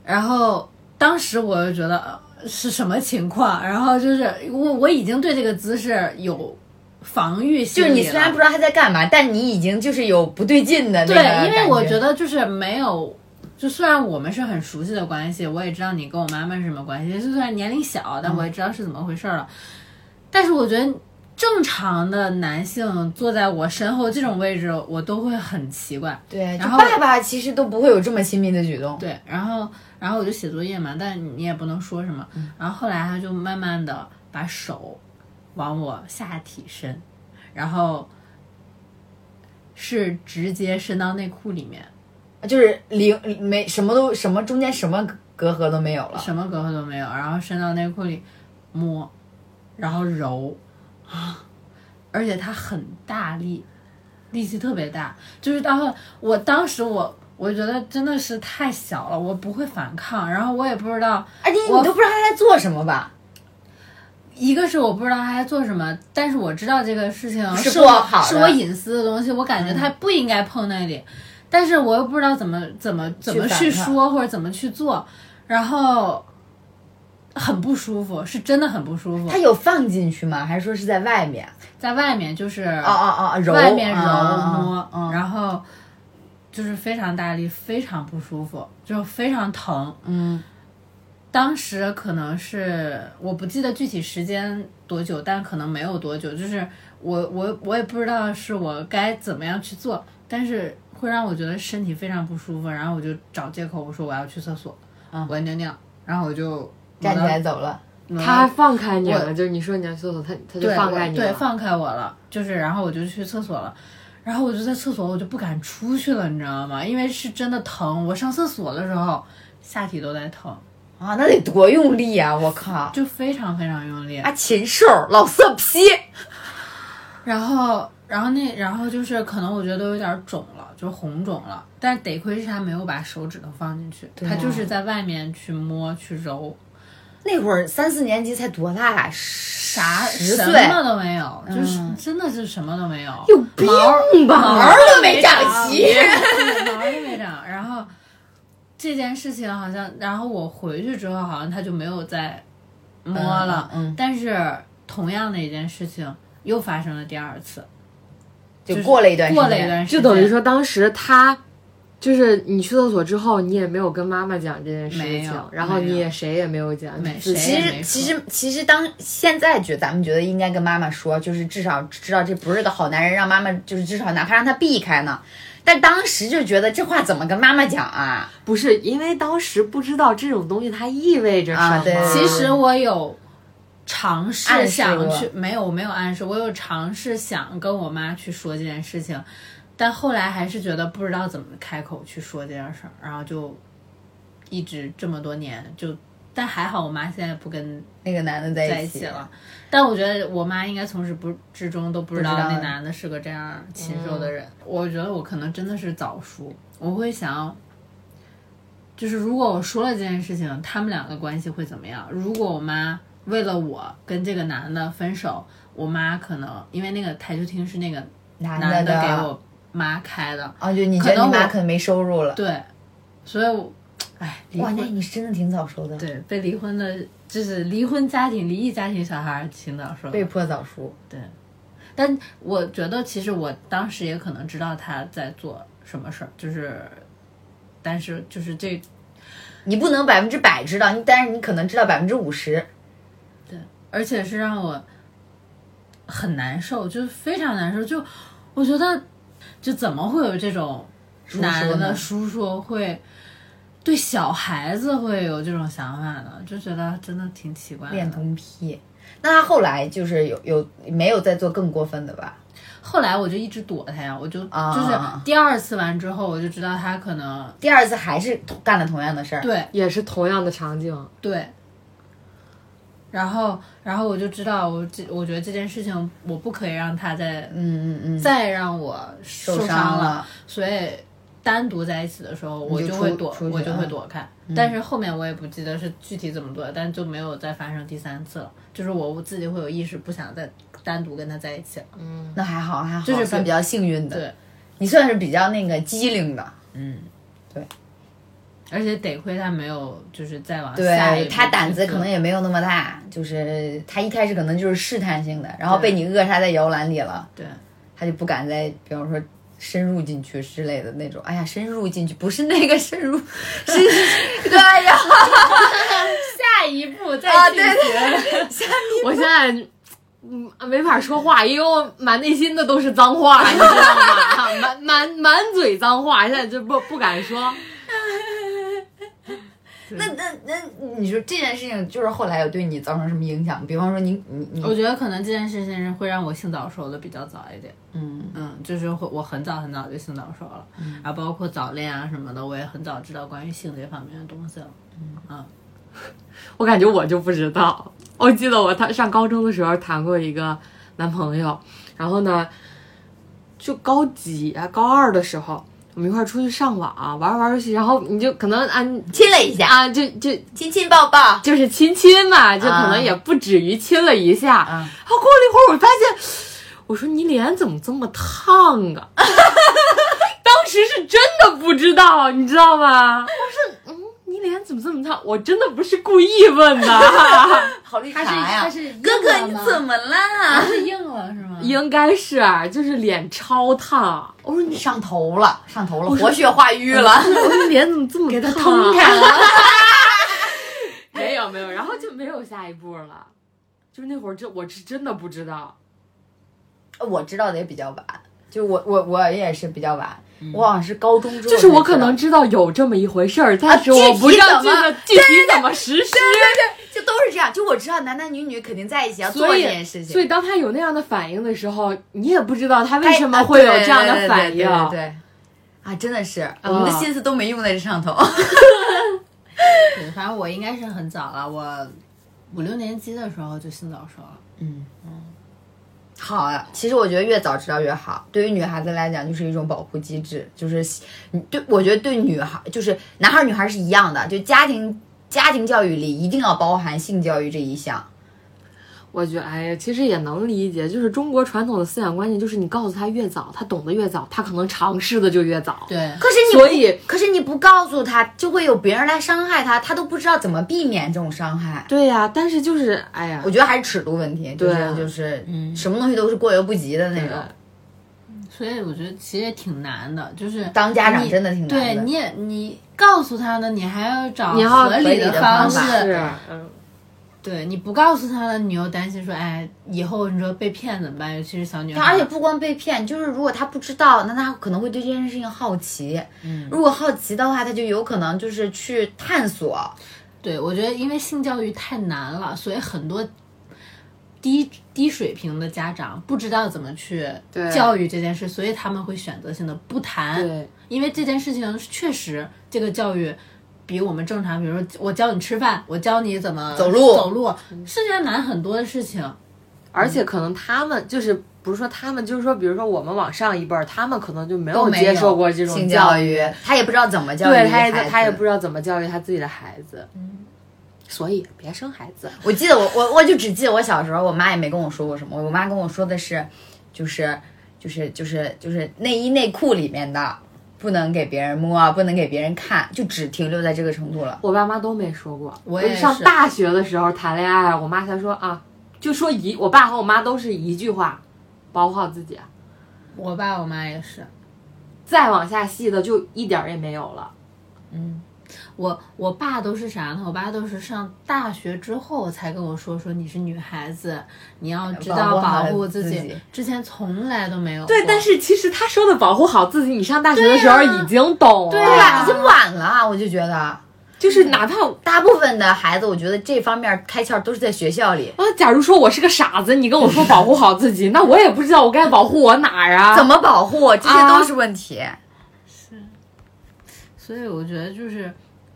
D: 然后当时我就觉得呃是什么情况，然后就是我我已经对这个姿势有防御
B: 就
D: 心理了，
B: 是你虽然不知道他在干嘛，但你已经就是有不对劲的那个
D: 对，因为我
B: 觉
D: 觉得就是没有。就虽然我们是很熟悉的关系，我也知道你跟我妈妈是什么关系，就虽然年龄小，
B: 嗯
D: 但我也知道是怎么回事了。但是我觉得正常的男性坐在我身后这种位置，我都会很奇怪。
B: 对，就
D: 然后
B: 爸爸其实都不会有这么亲密的举动，
D: 对，然后然后我就写作业嘛，但你也不能说什么。然后后来他就慢慢的把手往我下体伸，然后是直接伸到内裤里面，
B: 就是零没什么都什么中间什么隔阂都没有了，
D: 什么隔阂都没有，然后伸到内裤里摸，然后揉，而且他很大力，力气特别大，就是到后我当时我。我觉得真的是太小了，我不会反抗，然后我也不知道
B: 而且
D: 我
B: 你都不知道他在做什么吧？
D: 一个是我不知道他在做什么，但是我知道这个事情
B: 是
D: 我
B: 不好的嗯
D: 是我隐私的东西，我感觉他不应该碰那里，但是我又不知道怎么怎么怎么去
B: 去反抗
D: 说或者怎么去做，然后很不舒服，是真的很不舒服
B: 他。有放进去吗？还是说是在外面？
D: 在外面就是啊
B: 哦哦哦，揉
D: 外面揉
B: 啊
D: 摸，嗯
B: 啊啊
D: 然后就是非常大力，非常不舒服，就非常疼。
B: 嗯，
D: 当时可能是我不记得具体时间多久，但可能没有多久，就是我我我也不知道是我该怎么样去做，但是会让我觉得身体非常不舒服，然后我就找借口我说我要去厕所，
B: 嗯
D: 我要尿尿，然后我就
B: 站起来走了。
D: 挪到
A: 他还放开你
D: 嗯我
A: 了，就是你说你要去厕所，他他就
D: 对
A: 放
D: 我
A: 开你
D: 对，
A: 了。
D: 放开我了，就是然后我就去厕所了，然后我就在厕所，我就不敢出去了，你知道吗？因为是真的疼，我上厕所的时候下体都在疼，
B: 啊，那得多用力啊！我靠，
D: 就非常非常用力。
B: 啊，禽兽，老色批，
D: 然后，然后那，然后就是可能我觉得都有点肿了，就红肿了，但得亏是他没有把手指头放进去，
B: 对
D: 他
B: 啊
D: 就是在外面去摸去揉，
B: 那会儿三四年级才多大呀、十
D: 啥
B: 十
D: 什
B: 岁，
D: 么都没有，就是、
B: 嗯
D: 真的是什么都没有。
B: 有病吧？毛都没长齐。
D: 毛都没长。然后这件事情好像，然后我回去之后，好像他就没有再摸了。
B: 嗯嗯
D: 但是同样的一件事情又发生了第二次，
B: 就过了一段时间，
D: 过了一段时
A: 就
D: 间，
A: 等于说当时他。就是你去厕所之后，你也没有跟妈妈讲这件事
D: 没
A: 情
D: 有，
A: 然后
D: 没有
A: 你也谁也没有讲，
D: 没
A: 自己
D: 谁
B: 其
D: 没错
B: 实其实其实当现在觉咱们觉得应该跟妈妈说，就是至少知道这不是个好男人，让妈妈就是至少哪怕让他避开呢。但当时就觉得这话怎么跟妈妈讲啊？
A: 不是因为当时不知道这种东西它意味着什么。
B: 啊对对对
D: 其实我有尝试
B: 暗示
D: 想
B: 过
D: 去，没有，我没有暗示，我有尝试想跟我妈去说这件事情，但后来还是觉得不知道怎么开口去说这件事儿，然后就一直这么多年就，但还好我妈现在不跟
B: 那个男的在
D: 在一
B: 一
D: 起了，但我觉得我妈应该从始不至终都不知道
B: 不知道嗯
D: 那男的是个这样禽兽的人。我觉得我可能真的是早熟，我会想，就是如果我说了这件事情，他们俩的关系会怎么样？如果我妈为了我跟这个男的分手，我妈可能因为那个台球厅是那个
B: 男
D: 男
B: 的
D: 给我妈开的，
B: 啊，就你觉
D: 可
B: 得
D: 能
B: 你妈
D: 我
B: 可能没收入了。
D: 对，所以我，哎，离
B: 哇，
D: 婚
B: 那你真的挺早熟的，
D: 对被离婚的，就是离婚家庭、离异家庭小孩儿挺早熟的，
B: 被迫早熟。
D: 但我觉得，其实我当时也可能知道他在做什么事儿，就是，但是就是这
B: 你不能百分之百知道，你但是你可能知道百分之五十。
D: 而且是让我很难受，就是非常难受。就我觉得，就怎么会有这种
B: 叔
D: 男的
B: 呢
D: 叔叔会对小孩子会有这种想法呢？就觉得真的挺奇怪
B: 恋
D: 的。
B: 童癖。那他后来就是有有没有再做更过分的吧？
D: 后来我就一直躲他呀，我就、
B: 啊
D: 就是第二次完之后，我就知道他可能
B: 第二次还是同干了同样的事儿，
D: 对
A: 也是同样的场景，
D: 对。然后，然后我就知道，我这我觉得这件事情我不可以让他再、
B: 嗯嗯嗯，
D: 再让我受
B: 受
D: 伤
B: 伤
D: 了，所以单独在一起的时候，我
B: 就
D: 会
B: 出
D: 躲，
B: 出去
D: 我就会
B: 嗯
D: 躲开。但是后面我也不记得是具体怎么做，但就没有再发生第三次了。就是我我自己会有意识，不想再单独跟他在一起了。
B: 那还好还好，
D: 就是
B: 算
D: 比
B: 比较幸运的。
D: 对，啊
B: 你算是比较那个机灵的，
D: 而且得亏他没有，就是再往下一
B: 对
D: 步
B: 他胆
D: 去
B: 子
D: 做
B: 可能也没有那么大，就是他一开始可能就是试探性的，然后被你扼杀在摇篮里了，
D: 对
B: 他就不敢再，比方说深入进去之类的那种。哎呀，深入进去不是那个深入，是 哎呀，
D: 下一步再
B: 啊
A: 哦
D: 进
B: 对
D: 行。
A: 我现在。嗯，没法说话，因为我满内心的都是脏话， 你知道吗？满满满嘴脏话，现在就不不敢说。
B: 那那那，你说这件事情就是后来有对你造成什么影响？比方说你你你，
D: 我觉得可能这件事情是会让我性早熟的比较早一点。嗯嗯，就是会我很早很早就性早熟了，
B: 嗯
D: 然后包括早恋啊什么的，我也很早知道关于性这方面的东西了。
A: 我感觉我就不知道。我记得我谈上高中的时候谈过一个男朋友，然后呢，就高几啊高二的时候，我们一块儿出去上网、玩儿玩儿游戏，然后你就可能啊你
B: 亲了一下，
A: 啊就就
B: 亲亲抱抱，
A: 就是亲亲嘛，就可
B: 啊
A: 能也不止于亲了一下。
B: 啊
A: 然后过了一会儿，我发现，我说你脸怎么这么烫啊？ 当时是真的不知道，你知道吗？我说，嗯，你脸怎么这么烫？我真的不是故意问的。
B: 好绿茶
D: 他是
B: 呀
D: 他！是硬
B: 哥哥，
D: 了
B: 你
D: 吗
B: 怎么啦？
D: 是硬了是吗？
A: 应该是啊，就是脸超烫。我说你
B: 上头了，上头了，活血化瘀了。
A: 我说你脸怎么这么啊给他
D: 通
A: 开了？ 没有没有，然后就没有下一步了。就是那会儿真我是真的不知道，嗯
B: 我知道的也比较晚，就我我我也是比较晚，我好像是高中之后
A: 嗯就是我
B: 才知
A: 可
B: 道
A: 能知道有这么一回事儿，但是
B: 啊具
A: 我
B: 体
A: 不知道
B: 怎
A: 这
B: 么
A: 个具体怎么实施。
B: 就都是这样，就我知道男男女女肯定在一起要做
A: 所
B: 这
A: 以
B: 件事情，
A: 所以当他有那样的反应的时候，你也不知道他为
B: 哎
A: 什么
B: 啊
A: 会有
B: 对
A: 这样
B: 对
A: 的
B: 对
A: 反应嗯
B: 对。对对对啊，真的是我们的心思都没用在这上头。
D: 对，反正我应该是很早了，我五六年级的时候就性早熟了。
B: 好呀，其实我觉得越早知道越好。对于女孩子来讲，就是一种保护机制，就是你对我觉得对女孩，就是男孩儿女孩儿是一样的，就家庭家庭教育里一定要包含性教育这一项。
A: 我觉得，哎呀，其实也能理解，就是中国传统的思想观念，就是你告诉他越早，他懂得越早，他可能尝试的就越早。
D: 对，
B: 可是你不
A: 所以，
B: 可是你不告诉他，就会有别人来伤害他，他都不知道怎么避免这种伤害。
A: 对呀、但是就是，哎呀
B: 我，觉得还是尺度问题，就
A: 对啊
B: 是就是，什么东西都是过犹不及的那种。
D: 所以我觉得其实也挺难的，就是
B: 当家长
D: 你
B: 真的挺难的
D: 对，你也你告诉他呢，你还要找
A: 你要
D: 合
B: 合
D: 理
B: 理的
D: 方
B: 方法
D: 式。
A: 是，嗯，
D: 对你不告诉他呢，你又担心说，哎，以后你说被骗怎么办？尤其是小女
B: 他
D: 孩，
A: 嗯
B: 而且不光被骗，就是如果他不知道，那他可能会对这件事情好奇。嗯，如果好奇的话，他就有可能就是去探索。
D: 对我觉得因为性教育太难了，所以很多低低水平的家长不知道怎么去
A: 对
D: 教育这件事，所以他们会选择性的不谈。
A: 对，
D: 因为这件事情确实，这个教育比我们正常，比如说我教你吃饭，我教你怎么
B: 走路
D: 走路是件难很多的事情。
A: 而且可能他们就是不是说他们，就是说，比如说我们往上一辈儿，他们可能就没
D: 都
A: 有
D: 没有
A: 接受过这种
B: 性教
A: 育，
B: 育，他也不知道怎么教育
A: 对，他也
B: 孩子
A: 他也不知道怎么教育他自己的孩子，所以别生孩子。
B: 我记得我我我就只记得我小时候，我妈也没跟我说过什么。我妈跟我说的是，就是就是就是就是内衣内裤里面的不能给别人摸，不能给别人看，就只停留在这个程度了。
A: 我爸妈都没说过。
D: 我也是
A: 上大学的时候谈恋爱，我妈才说啊，就说一，我爸和我妈都是一句话，保护好自己。啊
D: 我爸我妈也是，
A: 再往下细的就一点儿也没有了。
D: 我我爸都是啥呢？我爸都是上大学之后才跟我说说你是女孩子，你要知道
B: 保护好
D: 保护自
B: 自
D: 己。
B: 己
D: 之前从来都没有过。
A: 对，但是其实他说的保护好自己，你上大学的时候
D: 对啊
A: 已经懂了，
D: 对
B: 对
D: 啊
B: 吧？已经晚了，我就觉得
A: 就是哪怕我
B: 大部分的孩子，我觉得这方面开窍都是在学校里。
A: 啊，假如说我是个傻子，你跟我说保护好自 己，那我也不知道我该保护我哪儿啊？
B: 怎么保护，这些
A: 啊
B: 都是问题。
D: 所以我觉得就是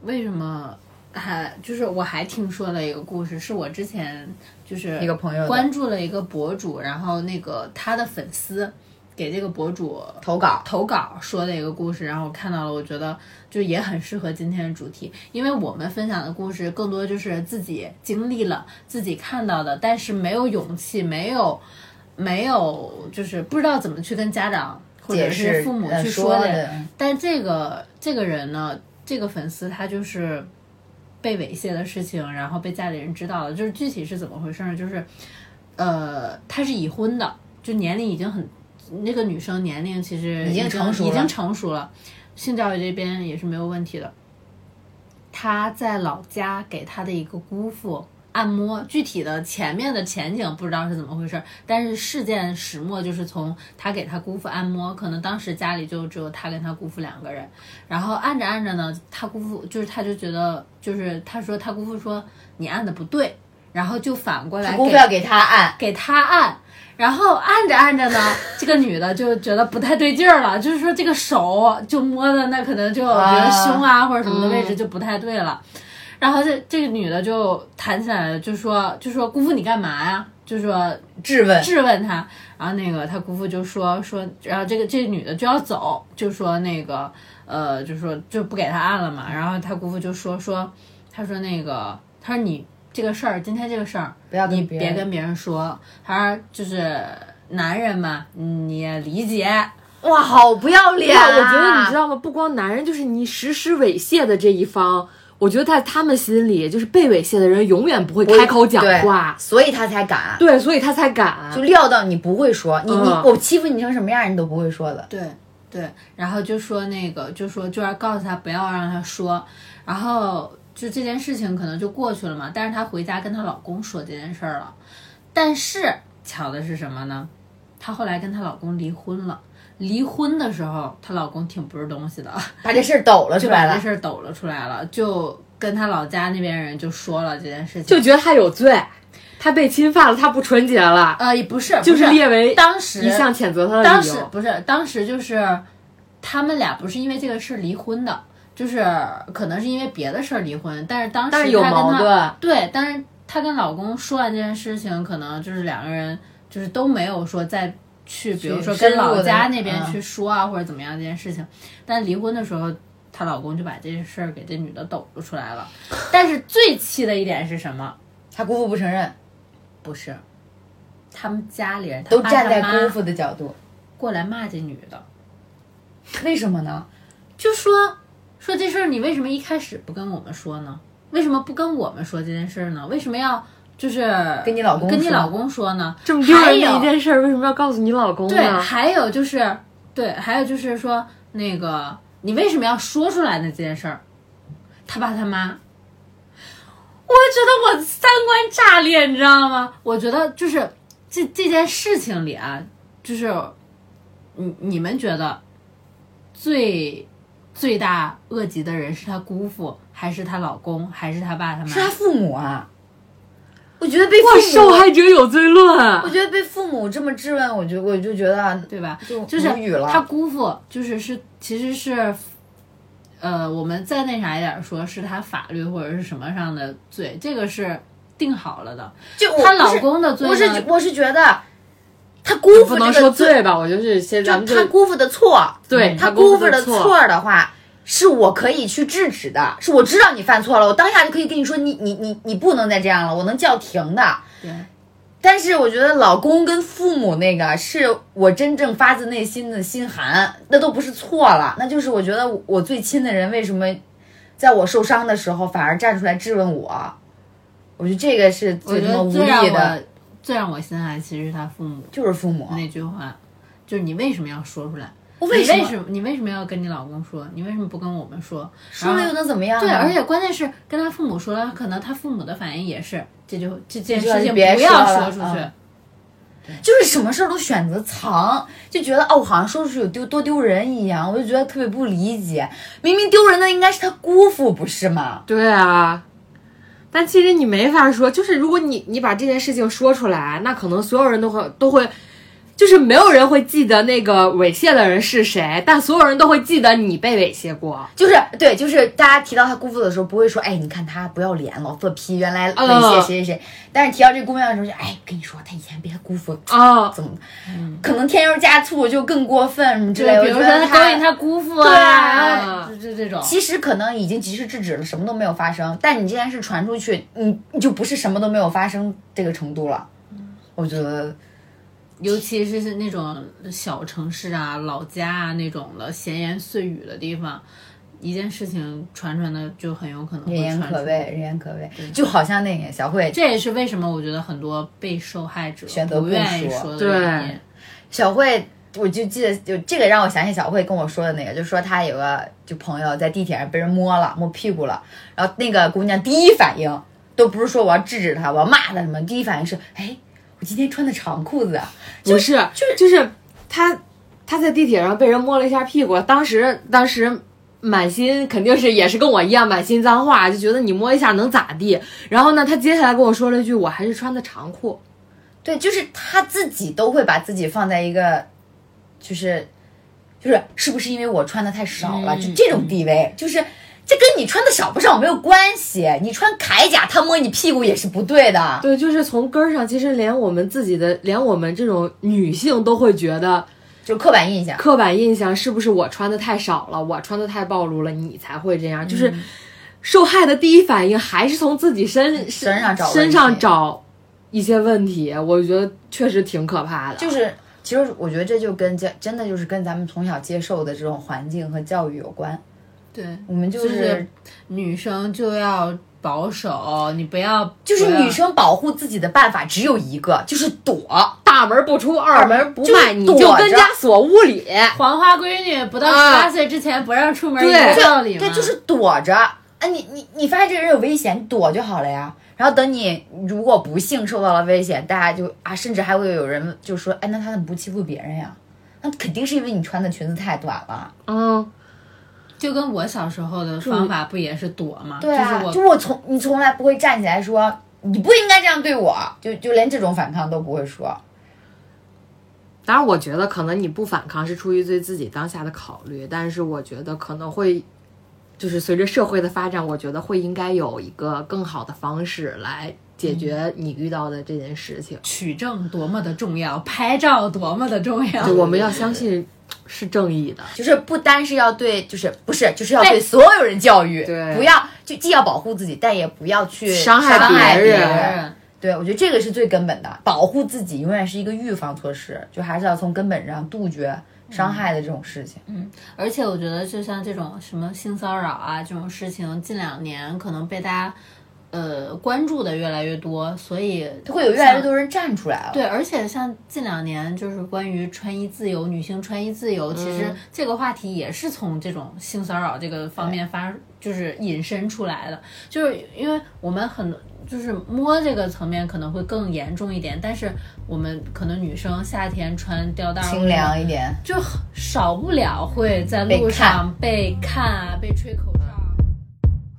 D: 为什么还就是我还听说了一个故事，是我之前就是
B: 一个朋友的
D: 关注了一个博主，然后那个他的粉丝给这个博主
B: 投稿
D: 投稿说的一个故事，然后我看到了，我觉得就也很适合今天的主题，因为我们分享的故事更多就是自己经历了、自己看到的，但是没有勇气，没有没有就是不知道怎么去跟家长或者
B: 解释
D: 是父母
B: 呃
D: 去
B: 说
D: 说
B: 的
D: 但这个这个人呢，这个粉丝他就是被猥亵的事情，然后被家里人知道了，就是具体是怎么回事呢？就是呃，他是已婚的，就年龄已经很，那个女生年龄其实
B: 已经成熟了
D: 已经成熟了，性教育这边也是没有问题的。他在老家给他的一个姑父按摩，具体的前面的前景不知道是怎么回事，但是事件始末就是从他给他姑父按摩，可能当时家里就只有他跟他姑父两个人，然后按着按着呢，他姑父就是他就觉得就是他说他姑父说你按的不对，然后就反过来
B: 姑
D: 给
B: 父要给他按，
D: 给他按，然后按着按着呢，这个女的就觉得不太对劲儿了，就是说这个手就摸的那可能就
B: 啊嗯
D: 比如胸啊或者什么的位置就不太对了，然后这这个女的就弹起来了，就说就说姑父你干嘛呀？就说
B: 质 问
D: 质问他，然后那个他姑父就说说，然后这个这女的就要走，就说那个呃，就说就不给他按了嘛，然后他姑父就说说，他说那个他说你这个事儿，今天这个事儿，
B: 不要跟
D: 你
B: 别
D: 别
B: 人
D: 跟别人说，他说就是男人嘛，你也理解，
B: 哇，好不要脸、
A: 呀
B: 啊！
A: 我觉得你知，道吗？不光男人，就是你实施猥亵的这一方，我觉得在他们心里，就是被猥亵的人永远不会开口讲话，
B: 所以他才敢，啊
A: 对，所以他才敢。
D: 嗯
B: 就料到你不会说，你你
A: 嗯
B: 我欺负你成什么样，你都不会说的。
D: 对对，然后就说那个，就说就要告诉他不要让他说，然后就这件事情可能就过去了嘛。但是她回家跟她老公说这件事儿了，但是巧的是什么呢？她后来跟她老公离婚了。离婚的时候，她老公挺不是东 西的，
B: 把这事儿抖了出
D: 就
B: 来
D: 把这
B: 了，
D: 事儿抖了出来了，就跟她老家那边人就说了这件事情，
A: 就觉得他有罪，他被侵犯了，他不纯洁了，
D: 呃也不是，
A: 就
D: 不是
A: 列为
D: 当时
A: 一项谴责他的理由。
D: 当时不是，当时就是他们俩不是因为这个事儿离婚的，就是可能是因为别的事儿离婚，但是当时
A: 但是有
D: 她跟
A: 矛
D: 她
A: 盾，
D: 对，但是她跟老公说完这件事情，可能就是两个人就是都没有说再去，比如说
B: 深
D: 跟
B: 入地
D: 老家那边
B: 嗯
D: 去说啊，或者怎么样这件事情。但离婚的时候，她老公就把这事儿给这女的抖了出来了。但是最气的一点是什么？
B: 他姑父不承认，
D: 不是，他们家里人他
B: 都
D: 爸
B: 站在
D: 他妈
B: 姑父的角度，
D: 过来骂这女的。
B: 为什么呢？
D: 就说说这事儿，你为什么一开始不跟我们说呢？为什么不跟我们说这件事儿呢？为什么要就是
B: 跟你老公
D: 跟你
B: 说
D: 老公说呢？
A: 这么丢人
D: 还
A: 的
D: 有
A: 一件事儿，为什么要告诉你老公
D: 对，
A: 呢？
D: 还有就是对，还有就是说那个你为什么要说出来呢？这件事儿，他爸他妈。我觉得我三观炸裂，你知道吗？我觉得就是这这件事情里啊，就是你你们觉得最罪大恶极的人是她姑父，还是她老公，还是她爸他妈？
B: 是他父母啊。我觉得被
A: 哇，
B: 父
A: 受
B: 母，
A: 害者有罪
B: 我
A: 论，
B: 觉得被父母这么质问，我就我就觉得啊
D: 对吧？
B: 就
D: 就是
B: 无语了
D: 他姑父就是是其实是，呃，我们再那啥一点说，是他法律或者是什么上的罪，这个是定好了的。
B: 就我
D: 她
B: 不是
D: 老公的罪
B: 我是
D: 呢
B: 觉我是觉得他姑父
A: 不能
B: 这个
A: 说罪吧？我就是现在咱们
B: 就他
A: 就
B: 姑父的错，嗯
A: 对
B: 他
A: 他
B: 姑
A: 姑
B: 父
A: 父
B: 的
A: 的
B: 错儿的话，是我可以去制止的，是我知道你犯错了，我当下就可以跟你说，你你你你不能再这样了，我能叫停的。
D: 对，
B: 但是我觉得老公跟父母那个是我真正发自内心的心寒，那都不是错了，那就是我觉得我最亲的人为什么在我受伤的时候反而站出来质问我，我觉得这个是
D: 我
B: 最
D: 觉
B: 他妈
D: 得
B: 无
D: 最让
B: 力
D: 我
B: 的，
D: 最让我心寒，其实是他父母
B: 就是父母。
D: 那句话，就是你为什么要说出来？
B: 为什
D: 你
B: 么
D: 为什么你为什么要跟你老公说？你为什么不跟我们说？
B: 说了
D: 然
B: 又
D: 后
B: 能怎么样啊？
D: 对，而且关键是跟他父母说了，可能他父母的反应也是，这就这件
B: 这
D: 事情不
B: 别说
D: 要说
B: 了
D: 出去。
B: 嗯就是什么事儿都选择藏，就觉得哦，我好像说出去有丢多丢人一样，我就觉得特别不理解。明明丢人的应该是他姑父，不是吗？
A: 对啊，但其实你没法说，就是如果你你把这件事情说出来，那可能所有人都会都会，就是没有人会记得那个猥亵的人是谁，但所有人都会记得你被猥亵过。
B: 就是对，就是大家提到他姑父的时候，不会说哎，你看他不要脸，老色批，原来猥亵
A: 嗯
B: 谁谁谁。但是提到这姑娘的时候，就哎，跟你说他以前被他姑父
A: 哦，
B: 怎么，可能添油加醋就更过分什么之
D: 就
B: 类的。
D: 嗯比如
B: 我
D: 说
B: 觉得
D: 他勾引他姑父
B: 对
D: 啊，
B: 啊
D: 这这这种。
B: 其实可能已经及时制止了，什么都没有发生。但你这件事传出去，你你就不是什么都没有发生这个程度
D: 嗯
B: 了。我觉得
D: 尤其是那种小城市啊、老家啊那种的闲言碎语的地方，一件事情传传的就很有可能
B: 人
D: 会
B: 言
D: 传出
B: 可畏，人言可畏，就好像那个小慧，
D: 这也是为什么我觉得很多被受害者
B: 选择
D: 不
B: 不
D: 愿意
B: 说
D: 说的
A: 对
D: 原因。
B: 小慧，我就记得就这个让我想起小慧跟我说的那个，就说她有个就朋友在地铁上被人摸了，摸屁股了，然后那个姑娘第一反应都不是说我要制止她，我要骂她什么，第一反应是哎，我今天穿的长裤子啊，
A: 不是，就是就是他他在地铁上被人摸了一下屁股，当时当时满心肯定是也是跟我一样满心脏话，就觉得你摸一下能咋地？然后呢，他接下来跟我说了一句，我还是穿的长裤。
B: 对，就是他自己都会把自己放在一个，就是，就是是不是因为我穿的太少了，就这种地位，就是这跟你穿的少不少没有关系，你穿铠甲，他摸你屁股也是不对的。
A: 对，就是从根儿上，其实连我们自己的，连我们这种女性都会觉得
B: 就刻板印象，
A: 刻板印象是不是我穿的太少了，我穿的太暴露了，你才会这样？就是
B: 嗯
A: 受害的第一反应还是从自己身
B: 身上找问题
A: 身上找一些问题，我觉得确实挺可怕的。
B: 就是其实我觉得这就跟家真的就是跟咱们从小接受的这种环境和教育有关，
D: 对，
B: 我们就
D: 就是是女生就要保守，你不要
B: 就是
D: 不要
B: 女生保护自己的办法只有一个，就是躲。
A: 大门不出，二门不迈，你
B: 就是
A: 就
B: 躲着
A: 跟家锁屋里。
D: 黄花闺女不到十
A: 啊
D: 八岁之前不让出门，
A: 对
D: 有
B: 对
D: 道理吗？
B: 哎对，就是躲着。啊，你你你发现这个人有危险，你躲就好了呀。然后等你如果不幸受到了危险，大家就啊，甚至还会有人就说，哎，那他怎么不欺负别人呀？那肯定是因为你穿的裙子太短了。
A: 嗯，
D: 就跟我小时候的方法不也是躲吗？
B: 对啊，
D: 就是
B: 就
D: 我
B: 我从你从来不会站起来说你不应该这样对我，就就连这种反抗都不会说。
A: 当然，我觉得可能你不反抗是出于对自己当下的考虑，但是我觉得可能会，就是随着社会的发展，我觉得会应该有一个更好的方式来解决你遇到的这件事情。
D: 取证多么的重要，拍照多么的重要
A: 就。我们要相信是正义的。
B: 就是不单是要对，就是不是，就是要对
D: 对
B: 所有人教育，
A: 对
B: 不要就既要保护自己，但也不要去
A: 伤害
B: 别
A: 别人
D: 人
B: 对，我觉得这个是最根本的，保护自己永远是一个预防措施，就还是要从根本上杜绝伤害的这种事
A: 嗯
B: 情。
D: 而且我觉得，就像这种什么性骚扰啊这种事情，近两年可能被大家呃关注的越来越多，所以
B: 就会有越来越多人站出来了。
D: 对，而且像近两年就是关于穿衣自由，女性穿衣自由，其实这个话题也是从这种性骚扰这个方面发，就是引申出来的。就是因为我们很就是摸这个层面可能会更严重一点，但是我们可能女生夏天穿吊带儿
B: 清凉一点，
A: 嗯
D: 就少不了会在路上被看啊，被吹口哨啊。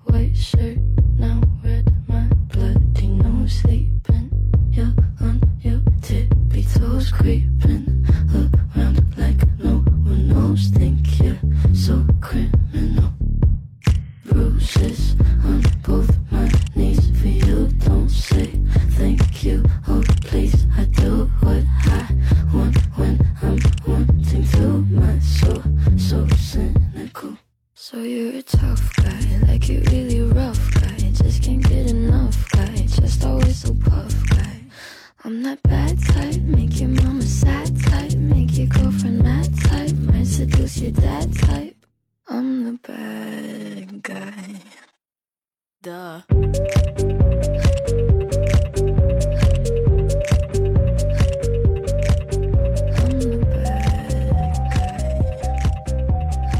G: White shirt now red, my bloody nose sleeping. You're on your tippy toes creeping around like no one knows. Think you're so criminal. Bruises on both my knees for you. Don't say thank you. Oh, please, I do what I want when I'm wanting to. My soul, so cynical. So you're a tough guy, like you really rough guy. Just can't get enough guy, just always so puff guy. I'm that bad type, make your mama sad type, make your girlfriend mad type, might seduce your dad type. I'm the bad guy. Duh. I'm the bad guy.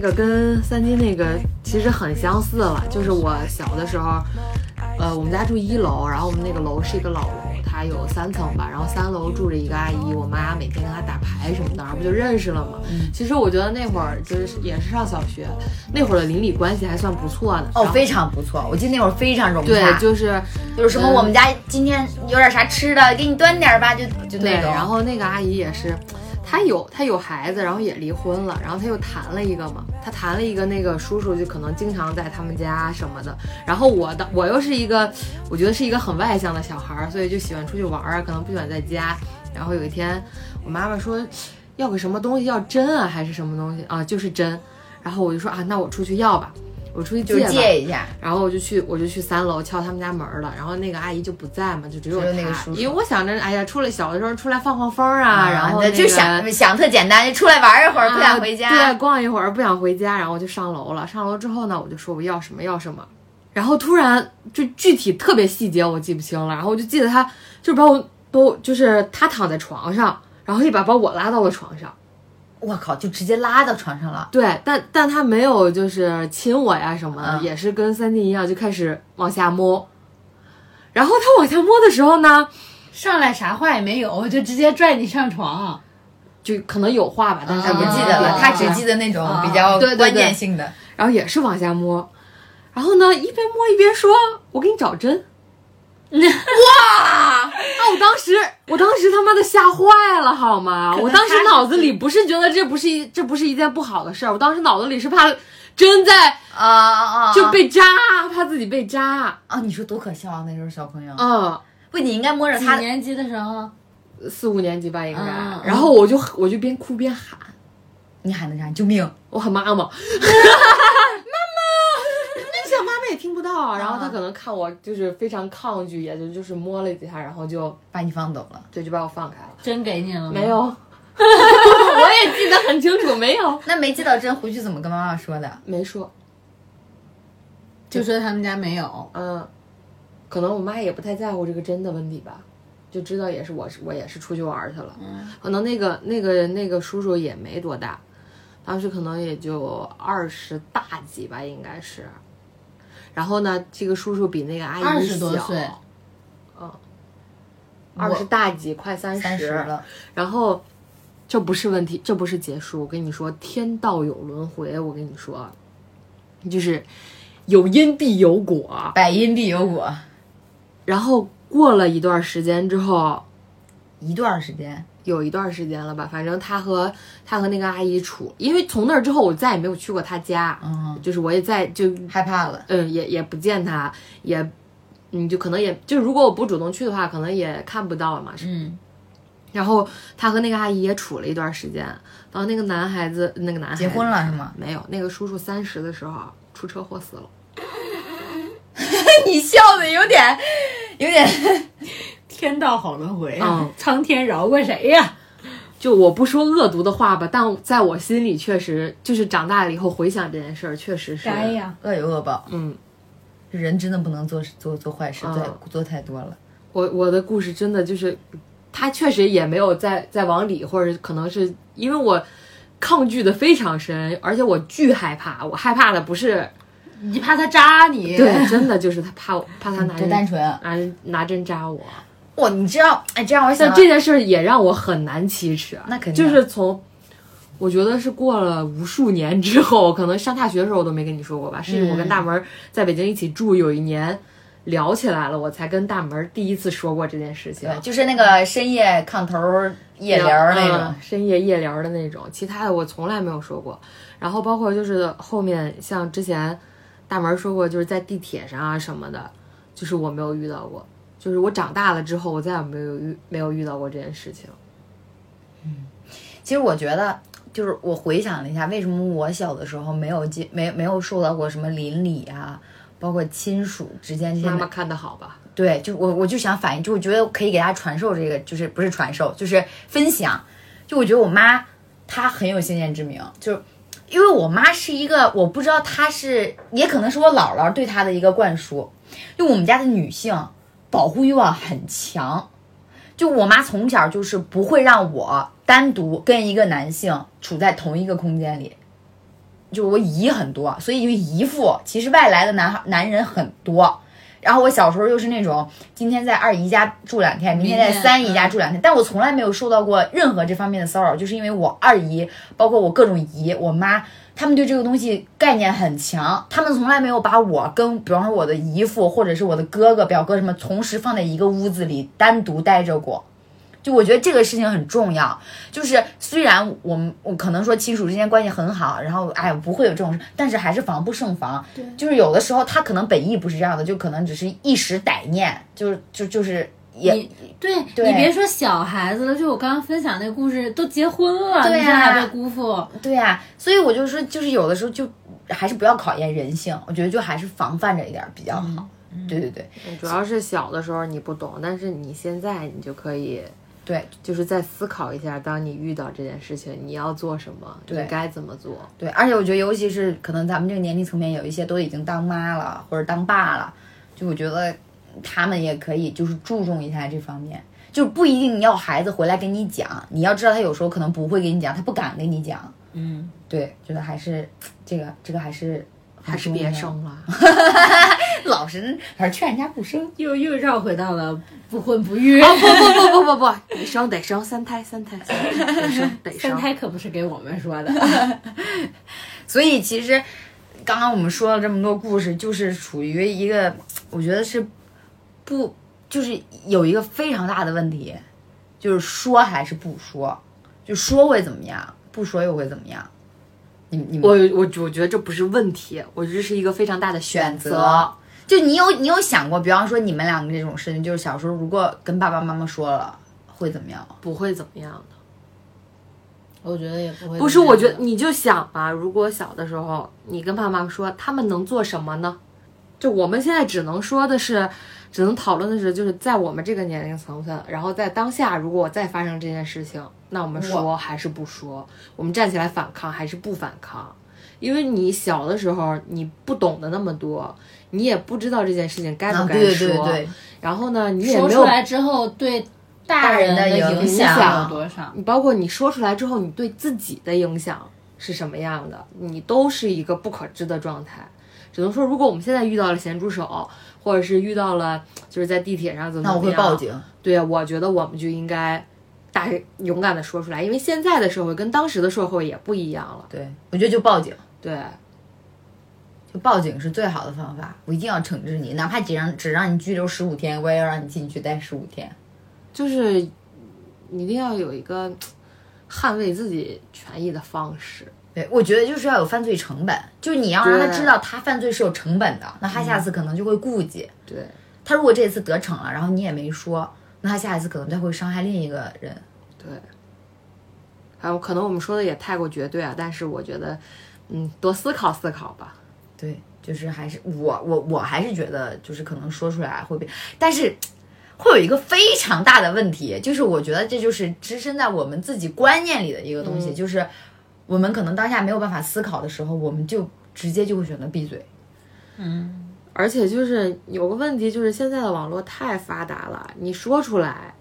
A: 个跟三金那个其实很相似了，就是我小的时候，呃，我们家住一楼，然后我们那个楼是一个老楼，它有三层吧，然后三楼住着一个阿姨，我妈每天跟她打牌什么的，然后不就认识了嘛。
B: 嗯
A: 其实我觉得那会儿就是也是上小学，那会儿的邻里关系还算不错的。
B: 哦
A: 然，后
B: 非常不错，我记得那会儿非常融洽，
A: 对，就是
B: 就是什么
A: 嗯
B: 我们家今天有点啥吃的，给你端点儿吧，就就
A: 对，
B: 那种。
A: 然后那个阿姨也是，她有她有孩子，然后也离婚了，然后她又谈了一个嘛，她谈了一个那个叔叔就可能经常在他们家什么的。然后我的我又是一个，我觉得是一个很外向的小孩儿，所以就喜欢出去玩儿，啊可能不喜欢在家。然后有一天，我妈妈说要个什么东西，要针啊还是什么东西啊，就是针。然后我就说啊，那我出去要吧，我出去
B: 就是
A: 吧。
B: 借一下，
A: 然后我就去，我就去三楼敲他们家门儿了。然后那个阿姨就不在嘛，就只有
B: 只有那
A: 她
B: 个叔叔
A: 因为我想着，哎呀，出来小的时候出来放放风儿啊，然后、那
B: 那
A: 个、
B: 就想想特简单，就出来玩一会儿，不想回
A: 啊
B: 家
A: 对，。逛一会儿不想回家，然后我就上楼了。上楼之后呢，我就说我要什么要什么，然后突然就具体特别细节我记不清了，然后我就记得他就把我把我就是他躺在床上，然后一把把我拉到了床上。
B: 我靠，就直接拉到床上了。
A: 对，但但他没有就是亲我呀什么的，
B: 嗯
A: 也是跟三弟一样就开始往下摸。然后他往下摸的时候呢，
D: 上来啥话也没有，我就直接拽你上床。啊
A: 就可能有话吧，但是
B: 他
A: 也
B: 不
A: 不
B: 记
A: 记
B: 得
A: 得
B: 了，
A: 了，
B: 他
A: 他
B: 只
A: 只
B: 记
A: 记，
B: 得那种比较
A: 啊对对对
B: 关键性的。
A: 然后也是往下摸。然后呢，一边摸一边说：“我给你找针。”哇！啊，我当时，我当时他妈的吓坏了，好吗？我当时脑子里不是觉得这不是一这不是一件不好的事儿，我当时脑子里是怕针在
B: 啊啊啊！
A: 就被扎，怕自己被扎。
B: 啊，你说多可笑啊！那时候小朋友，
A: 嗯，
B: 不，你应该摸着
D: 几
B: 他的。
D: 年级的时候，
A: 四五年级吧，应该。
D: 嗯嗯
A: 然后我就我就边哭边喊，
B: 你喊的啥？救命！
A: 我喊妈妈，妈妈。 那小妈妈也听不到啊，然后她可能看我就是非常抗拒，也就就是摸了几下，然后就
B: 把你放走了。
A: 对就把我放开了。
D: 真给你了吗？
A: 没有， 我也记得很清楚，没有，
B: 那没接到针回去怎么跟妈妈说的？
A: 没说。
D: 就说他们家没有。
A: 嗯，可能我妈也不太在乎这个针的问题吧，就知道也是我是我也是出去玩儿去了。
B: 嗯
A: 可能那个那个那个叔叔也没多大，当时可能也就二十大几吧，应该是。然后呢，这个叔叔比那个阿姨
D: 20多岁
A: 小，嗯，二十大几，快三
B: 三十了，
A: 然后这不是问题，这不是结束。我跟你说，天道有轮回，我跟你说，就是有因必有果。
B: 百因必有果。
A: 然后过了一段时间之后，
B: 一段时间，
A: 有一段时间了吧，反正他和他和那个阿姨处，因为从那儿之后我再也没有去过他家，
B: 嗯，
A: 就是我也再就
B: 害怕了。
A: 嗯也也不见他，也嗯就可能也就如果我不主动去的话，可能也看不到了嘛，是
B: 嗯，
A: 然后他和那个阿姨也处了一段时间，然后那个男孩子，那个男孩子
B: 结婚了是吗？
A: 没有，那个叔叔三十的时候出车祸死了。
B: 你笑的有点，有点。
D: 天道好轮回啊
A: 嗯
D: 苍天饶过谁呀？
A: 就我不说恶毒的话吧，但在我心里确实就是长大了以后回想这件事儿，确实是
D: 该，呀！
B: 恶有恶报，
A: 嗯，
B: 人真的不能做做做坏事，
A: 嗯
B: 做做太多了。
A: 我我的故事真的就是，他确实也没有再再往里，或者可能是因为我抗拒的非常深，而且我巨害怕，我害怕的不是
D: 你怕他扎你？
A: 对，真的就是他怕我怕他拿
B: 多单
A: 针
B: 纯啊！
A: 拿拿针扎我。
B: 哇，你知道，哎，这让我想
A: 但
B: 到
A: 这件事儿也让我很难启齿，
B: 那肯定
A: 就
B: 啊
A: 是从，我觉得是过了无数年之后，可能上大学的时候我都没跟你说过吧，
B: 嗯
A: 是我跟大门儿在北京一起住，有一年聊起来了，我才跟大门儿第一次说过这件事情
B: 对，，就是那个深夜炕头儿夜聊儿那种
A: 嗯，深夜夜聊的那种，其他的我从来没有说过。然后包括就是后面像之前大门说过，就是在地铁上啊什么的，就是我没有遇到过。就是我长大了之后，我再也没有遇没有遇到过这件事情。
B: 其实我觉得，就是我回想了一下，为什么我小的时候没有接没没有受到过什么邻里啊，包括亲属之间这些
A: 妈妈看的好吧？
B: 对，就我我就想反映，就我觉得可以给大家传授这个，就是不是传授，就是分享。就我觉得我妈她很有先见之明，就因为我妈是一个，我不知道她是，也可能是我姥姥对她的一个灌输，就我们家的女性保护欲望很强。就我妈从小就是不会让我单独跟一个男性处在同一个空间里，就是我姨很多，所以就姨父其实外来的男孩男人很多。然后我小时候又是那种今天在二姨家住两天，明天在
D: 明天
B: 三姨家
D: 嗯
B: 住两天，但我从来没有受到过任何这方面的骚扰，就是因为我二姨，包括我各种姨，我妈。他们对这个东西概念很强，他们从来没有把我跟，比方说我的姨父或者是我的哥哥、表哥什么，同时放在一个屋子里单独待着过。就我觉得这个事情很重要，就是虽然我们我可能说亲属之间关系很好，然后哎不会有这种事，但是还是防不胜防。
C: 对
B: 就是有的时候他可能本意不是这样的，就可能只是一时歹念，就是就就是也
D: 你对
B: 对
D: 你别说小孩子了，就我刚刚分享那故事，都结婚了，
B: 对
D: 你现在
B: 呀
D: 还被辜负，
B: 对呀、所以我就说，就是有的时候就还是不要考验人性，我觉得就还是防范着一点儿比较好。对对对
A: 主要是小的时候你不懂，但是你现在你就可以
B: 对
A: 就是再思考一下，当你遇到这件事情，你要做什么，你
B: 对
A: 该怎么做。
B: 对，而且我觉得，尤其是可能咱们这个年龄层面，有一些都已经当妈了或者当爸了，就我觉得他们也可以就是注重一下这方面，就不一定要孩子回来跟你讲，你要知道他有时候可能不会跟你讲，他不敢跟你讲。
D: 嗯，
B: 对，觉得还是这个这个还是
A: 还是别，生了，
B: 老实还是劝人家不生。
D: 又又绕回到了不婚不育。
A: 不不不不不不，你生得生三胎三胎三胎得生得
D: 三
A: 生，
D: 胎可不是给我们说的，
B: 所以其实刚刚我们说了这么多故事，就是处于一个，我觉得是不，就是有一个非常大的问题，就是说还是不说，就说会怎么样，不说又会怎么样？你你们
A: 我我我觉得这不是问题，我这是一个非常大的
B: 选
A: 择。
B: 择。就你有你有想过，比方说你们两个这种事情，就是小时候如果跟爸爸妈妈说了，会怎么样吗？
A: 不会怎么样的，
D: 我觉得也不会。
A: 不是？我觉得你就想吧，如果小的时候你跟爸妈说，他们能做什么呢？就我们现在只能说的是，只能讨论的是，就是在我们这个年龄层分，然后在当下，如果再发生这件事情，那我们说还是不说？我们站起来反抗还是不反抗？因为你小的时候你不懂得那么多，你也不知道这件事情该
B: 啊，
A: 不该
B: 对
A: 说，
B: 对对，
A: 然后呢，你也
D: 说
A: 没
D: 出
A: 有
D: 来之后对大
B: 大
D: 人
B: 人的
D: 影
B: 影
A: 响
D: 有多少？
A: 你包括你说出来之后，你对自己的影响是什么样的，你都是一个不可知的状态。只能说，如果我们现在遇到了咸猪手，或者是遇到了就是在地铁上怎么
B: 那
A: 怎
B: 我
A: 么
B: 会
A: 样，
B: 报。警。
A: 对，我觉得我们就应该大勇敢的说出来，因为现在的社会跟当时的社会也不一样了。
B: 对，我觉得就报警。
A: 对，
B: 就报警是最好的方法，我一定要惩治你，哪怕只让只让你拘留十五天，我也要让你进去待十五天。
A: 就是一定要有一个捍卫自己权益的方式。
B: 对，我觉得就是要有犯罪成本，就是你要让他
A: 对
B: 知道他犯罪是有成本的，那他下次可能就会顾忌。
A: 对，
B: 他如果这次得逞了，然后你也没说，那他下一次可能他会伤害另一个人。
A: 对，还有可能我们说的也太过绝对啊，但是我觉得，嗯，多思考思考吧。
B: 对，就是还是我我我还是觉得就是可能说出来会被，但是会有一个非常大的问题，就是我觉得这就是支撑在我们自己观念里的一个东西，
D: 嗯
B: 就是我们可能当下没有办法思考的时候，我们就直接就会选择闭嘴。
A: 而且就是有个问题，就是现在的网络太发达了，你说出来，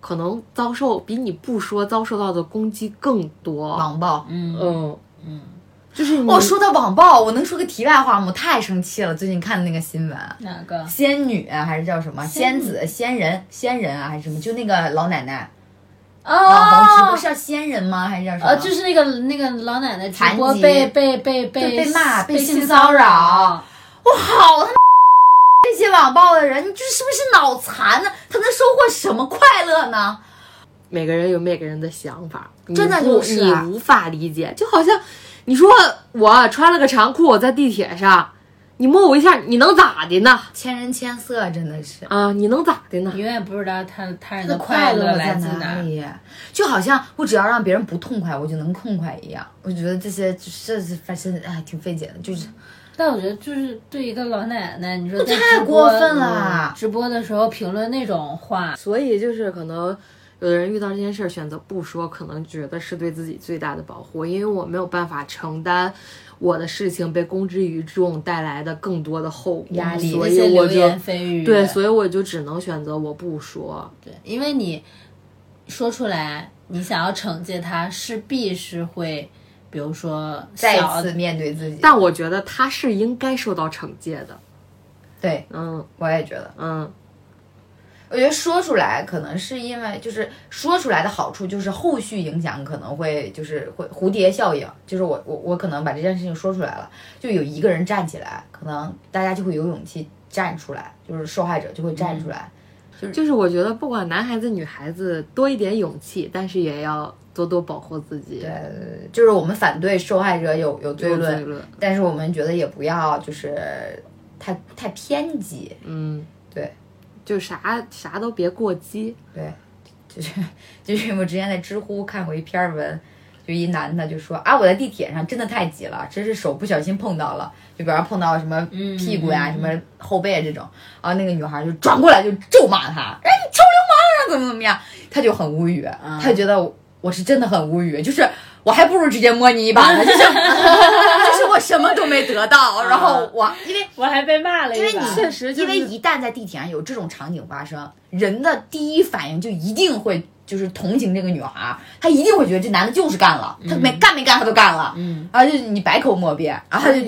A: 可能遭受比你不说遭受到的攻击更多。
B: 网暴，
A: 嗯嗯，就是你
B: 哦，说到网暴，我能说个题外话吗？我太生气了，最近看的那个新闻。
D: 哪个？
B: 仙女啊还是叫什么仙子、仙人、仙人啊，还是什么？就那个老奶奶，网红直播
D: 哦
B: 是，叫仙人吗？还是叫什么？
D: 呃，就是那个那个老奶奶直播
B: 残疾
D: 被被被
B: 对
D: 被
B: 被骂
D: 被
B: 被性
D: 骚
B: 骚扰，我好他妈这些网暴的人，你这是不是脑残呢？他能收获什么快乐呢？
A: 每个人有每个人的想法，你
B: 真的
A: 不
B: 就是啊
A: 你无法理解，就好像你说我穿了个长裤，我在地铁上，你摸我一下，你能咋的呢？
B: 千人千色，真的是。
A: 啊，你能咋的呢
D: 你？永远不知道他他人
B: 这
D: 的
B: 个快
D: 乐
B: 乐
D: 来
B: 在
D: 自哪
B: 哪
D: 儿。
B: 里？啊就好像我只要让别人不痛快，我就能痛快一样。我觉得这些这是反正哎挺费解的，就是
D: 但我觉得就是对一个老奶奶，你说在
B: 太
D: 直播嗯
B: 过分了
D: 直播的时候评论那种话，
A: 所以就是可能有的人遇到这件事儿选择不说，可能觉得是对自己最大的保护，因为我没有办法承担我的事情被公之于众带来的更多的后果
B: 压力
A: 所
D: 那
A: 以
D: 些
A: 我
D: 流
A: 就
D: 言蜚语，
A: 对，所以我就只能选择我不说。
D: 对，因为你说出来，你想要惩戒他，势必是会比如说
B: 再
D: 小
B: 一次面对自己。
A: 但我觉得他是应该受到惩戒的。
B: 对，
A: 嗯
B: 我也觉得，
A: 嗯，
B: 我觉得说出来可能是因为就是说出来的好处就是后续影响可能会就是会蝴蝶效应，就是我我我可能把这件事情说出来了，就有一个人站起来，可能大家就会有勇气站出来，就是受害者就会站出来。
A: 就是我觉得不管男孩子女孩子，多一点勇气，但是也要多多保护自己。对，
B: 就是我们反对受害者有有罪论，
A: 罪论
B: 但是我们觉得也不要就是太太偏激，
A: 嗯，
B: 对
A: 就啥啥都别过激。
B: 对，就是就是我之前在知乎看过一篇文，就一男的就说啊我在地铁上真的太挤了，真是手不小心碰到了，就比方碰到什么屁股呀、什么后背啊这种，然后那个女孩就转过来就咒骂他，哎你臭流氓啊怎么怎么样，他就很无语，他就觉得我我是真的很无语，就是。我还不如直接摸你一把呢，就是 就是我什么都没得到，然后我因为
D: 我还被骂了一
B: 因
D: 把，
B: 为你
A: 实就是
B: 因为一旦在地铁上有这种场景发生，人的第一反应就一定会就是同情这个女孩儿，她一定会觉得这男的就是干了，他没干没干他都干了，嗯，然后就你百口莫辩，然后他就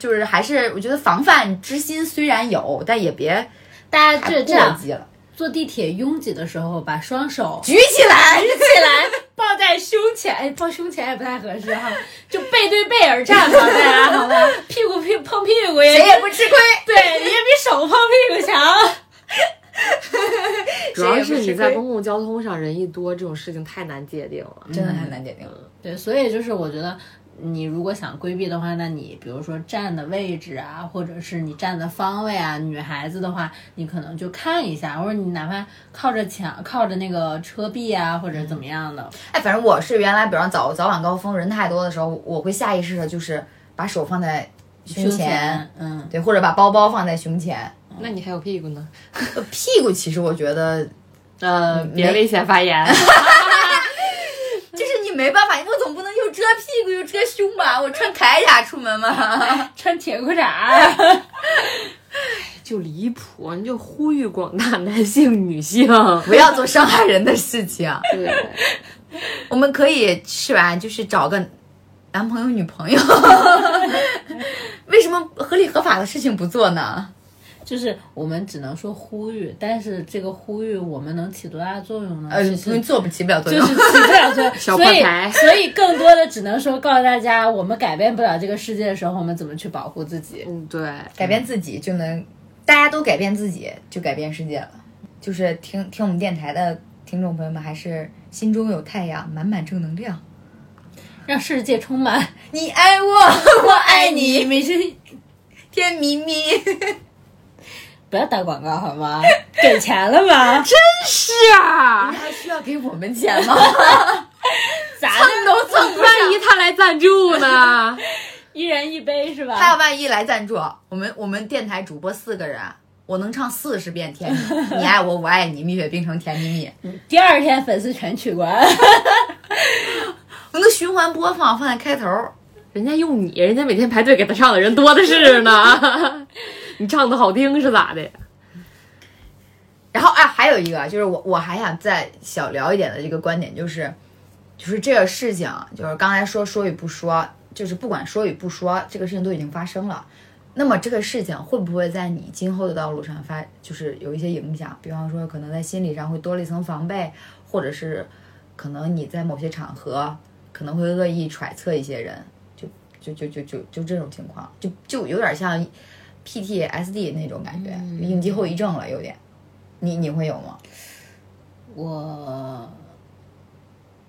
B: 就是还是我觉得防范之心虽然有，但也别
D: 大家
B: 太
D: 这这
B: 过
D: 样
B: 激了，
D: 坐地铁拥挤的时候，把双手
B: 举起来，举
D: 起来，抱在胸前，哎，抱胸前也不太合适哈， 就背对背而站吧，大家好吧， 屁股屁碰屁股 也
B: 谁也不吃亏，
D: 对，也比手碰屁股强。
A: 主要是
B: 谁也
A: 你
B: 不吃
A: 在
B: 亏
A: 公共交通上人一多，这种事情太难界定了。
B: 真的太难界定了，
D: 对，所以就是我觉得。你如果想规避的话，那你比如说站的位置啊，或者是你站的方位啊，女孩子的话，你可能就看一下，或者你哪怕靠着墙、靠着那个车壁啊，或者怎么样的，
B: 哎，反正我是原来，比方早早晚高峰人太多的时候，我会下意识的就是把手放在胸
D: 胸
B: 前
D: 前，，嗯，
B: 对，或者把包包放在胸前。
A: 那你还有屁股呢？
B: 屁股其实我觉得
A: 呃，别
B: 没
A: 危险发言。
B: 就是你没办法，我总不能又遮屁股又遮胸 吧？我穿铠甲出门嘛。
D: 穿铁裤衩，啊
A: 就离谱，你就呼吁广大男性、女性，
B: 不要做伤害人的事情。
A: 对，
B: 我们可以是吧？就是找个男朋友、女朋 友。为什么合理合法的事情不做呢？
D: 就是我们只能说呼吁，但是这个呼吁我们能起多大作用呢？
B: 呃，
D: 其
B: 因
D: 实
B: 为做不起不了作
D: 就
B: 用。
D: 是起不 了作用，
A: 小
D: 所以
A: 破台
D: 所以更多的只能说告诉大家，我们改变不了这个世界的时候，我们怎么去保护自己。
A: 嗯，对，
B: 改变自己就能，大家都改变自己，就改变世界了。就是听听我们电台的听众朋友们，还是心中有太阳，满满正能量。
D: 让世界充满
B: 你爱 我，我爱
D: 你
B: 你，
D: 没事，
B: 甜蜜蜜。
D: 不要打广告好吗？给钱了吗？
A: 啊
B: 你还啊需要给我们钱 吗？
D: 咱们都
B: 蹭不
A: 万一他来赞助呢？
D: 一人一杯是
B: 他要
D: 吧？
B: 万一来赞助，我们我们电台主播四个人，我能唱四十遍《甜蜜》，你爱我，我爱你，蜜雪冰城《甜蜜蜜》，
D: 第二天粉丝全取关，
B: 我能循环播放，放在开头。
A: 人家用你，人家每天排队给他唱的人多的是呢。 你唱的好听是咋的？
B: 然后哎，还有一个就是我我还想再小聊一点的这个观点就是，就是这个事情，就是刚才说说与不说，就是不管说与不说，这个事情都已经发生了。那么这个事情会不会在你今后的道路上发，就是有一些影响？比方说，可能在心理上会多了一层防备，或者是可能你在某些场合可能会恶意揣测一些人，就就就就就就这种情况，就就有点像 PTSD 那种感觉，应激后遗症了，有点。你你会有吗？
D: 我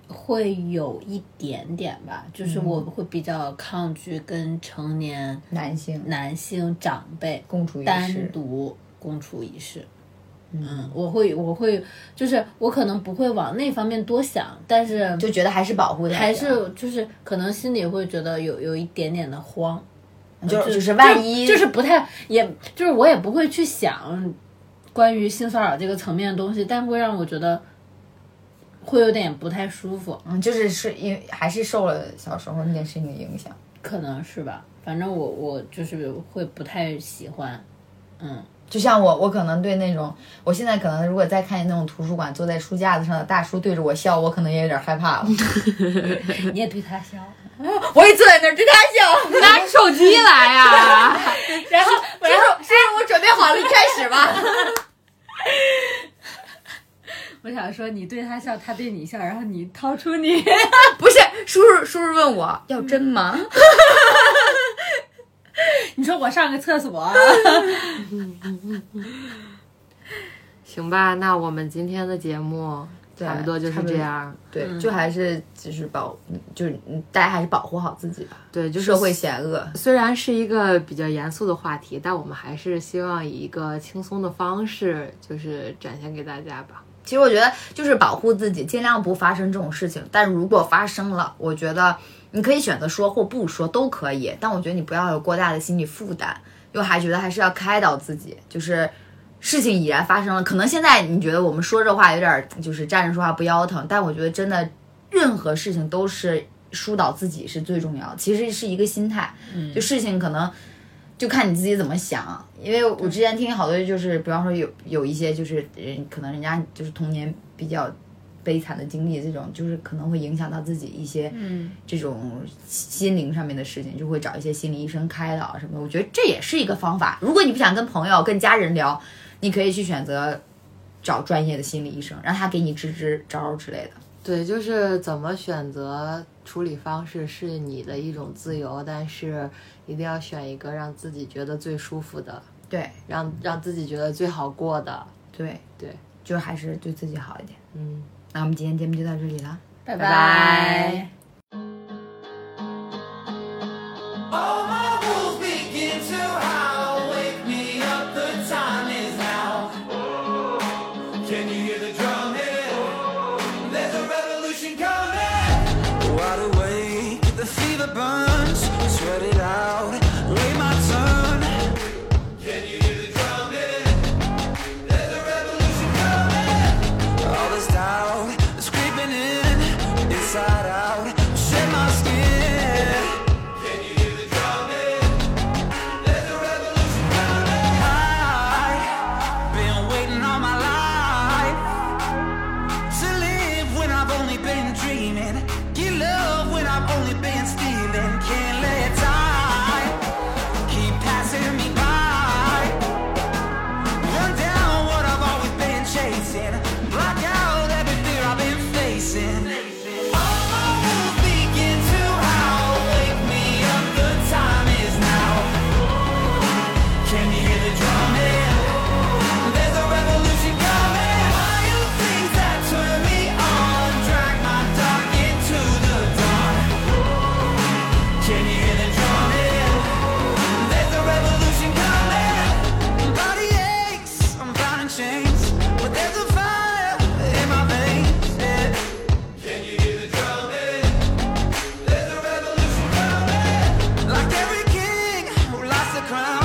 D: 会有一点点吧，就是我会比较抗拒跟成年
B: 男性
D: 男性长辈
B: 共处一室
D: 单，独共处一室。嗯，我会，我会，就是我可能不会往那方面多想，但是
B: 就觉得还是保护的，
D: 还是就是可能心里会觉得有有一点点的慌，
B: 就
D: 就
B: 就是万一
D: 就就是不太，也就是我也不会去想关于性骚扰这个层面的东西，但会让我觉得会有点不太舒服，
B: 嗯，就是是因为还是受了小时候那件事情的影响。
D: 可能是吧。反正我我就是会不太喜欢，嗯，
B: 就像我，我可能对那种，我现在可能如果再看见那种图书馆坐在书架子上的大叔对着我笑，我可能也有点害怕 了。
D: 你也对他笑，
B: 我也坐在那儿对他笑，
A: 拿出手机来啊呀、
B: 然后，然后，这是我准备好了，你开始吧。
D: 我想说你对他笑，他对你笑，然后你掏出你，
B: 不是，叔叔，叔叔问我要针吗？
D: 嗯你说我上个厕所，
A: 行吧，那我们今天的节目
B: 对
A: 差不多就是这样。
B: 对，
D: 嗯
B: 就还是就是保，就是大家还是保护好自己吧。
A: 对，就是
B: 社会险恶，
A: 虽然是一个比较严肃的话题，但我们还是希望以一个轻松的方式，就是展现给大家吧。
B: 其实我觉得就是保护自己，尽量不发生这种事情。但如果发生了，我觉得你可以选择说或不说都可以，但我觉得你不要有过大的心理负担，又还觉得还是要开导自己，就是。事情已然发生了，可能现在你觉得我们说这话有点儿就是站着说话不腰疼，但我觉得真的，任何事情都是疏导自己是最重要的，其实是一个心态。就事情可能就看你自己怎么想，因为我之前听好多就是，比方说有有一些就是人可能人家就是童年比较悲惨的经历，这种就是可能会影响到自己一些
D: 嗯，
B: 这种心灵上面的事情，就会找一些心理医生开导啊什么的。我觉得这也是一个方法。如果你不想跟朋友、跟家人聊，你可以去选择找专业的心理医生，让他给你支支招儿之类的。
A: 对，就是怎么选择处理方式是你的一种自由，但是一定要选一个让自己觉得最舒服的，
B: 对
A: 让让自己觉得最好过的。
B: 对
A: 对，
B: 就还是对自己好一点。
A: 嗯。
B: 那我们今天节目就到这里了。
D: 拜
B: 拜拜
E: All my wolves begin to howl. Wake me up, the time is now. Can you hear the drum hit? There's a revolution coming. Wide awake, the fever burns. Sweat it out, wait my turn. Can you hear the drum hit? There's a revolution coming. All this doubt is creeping in, inside out. Shed my skin. I've been waiting all my life to live when I've only been dreaming. Get love when I've only been stealing. Can't let time keep passing me by. Run down what I've always been chasing. Block out every fear I've been facing. All my wounds begin to howl. Wake me up, the time is now. Can you hear the drum hit? There's a revolution coming. Wild things that turn me on drag my dark into the dawn. Can you hear the drum hit? There's a revolution coming. Body aches, I'm bound in chains, but there's a fire in my veins. yeah. Can you hear the drum hit? There's a revolution coming. Like every king who lost a crown.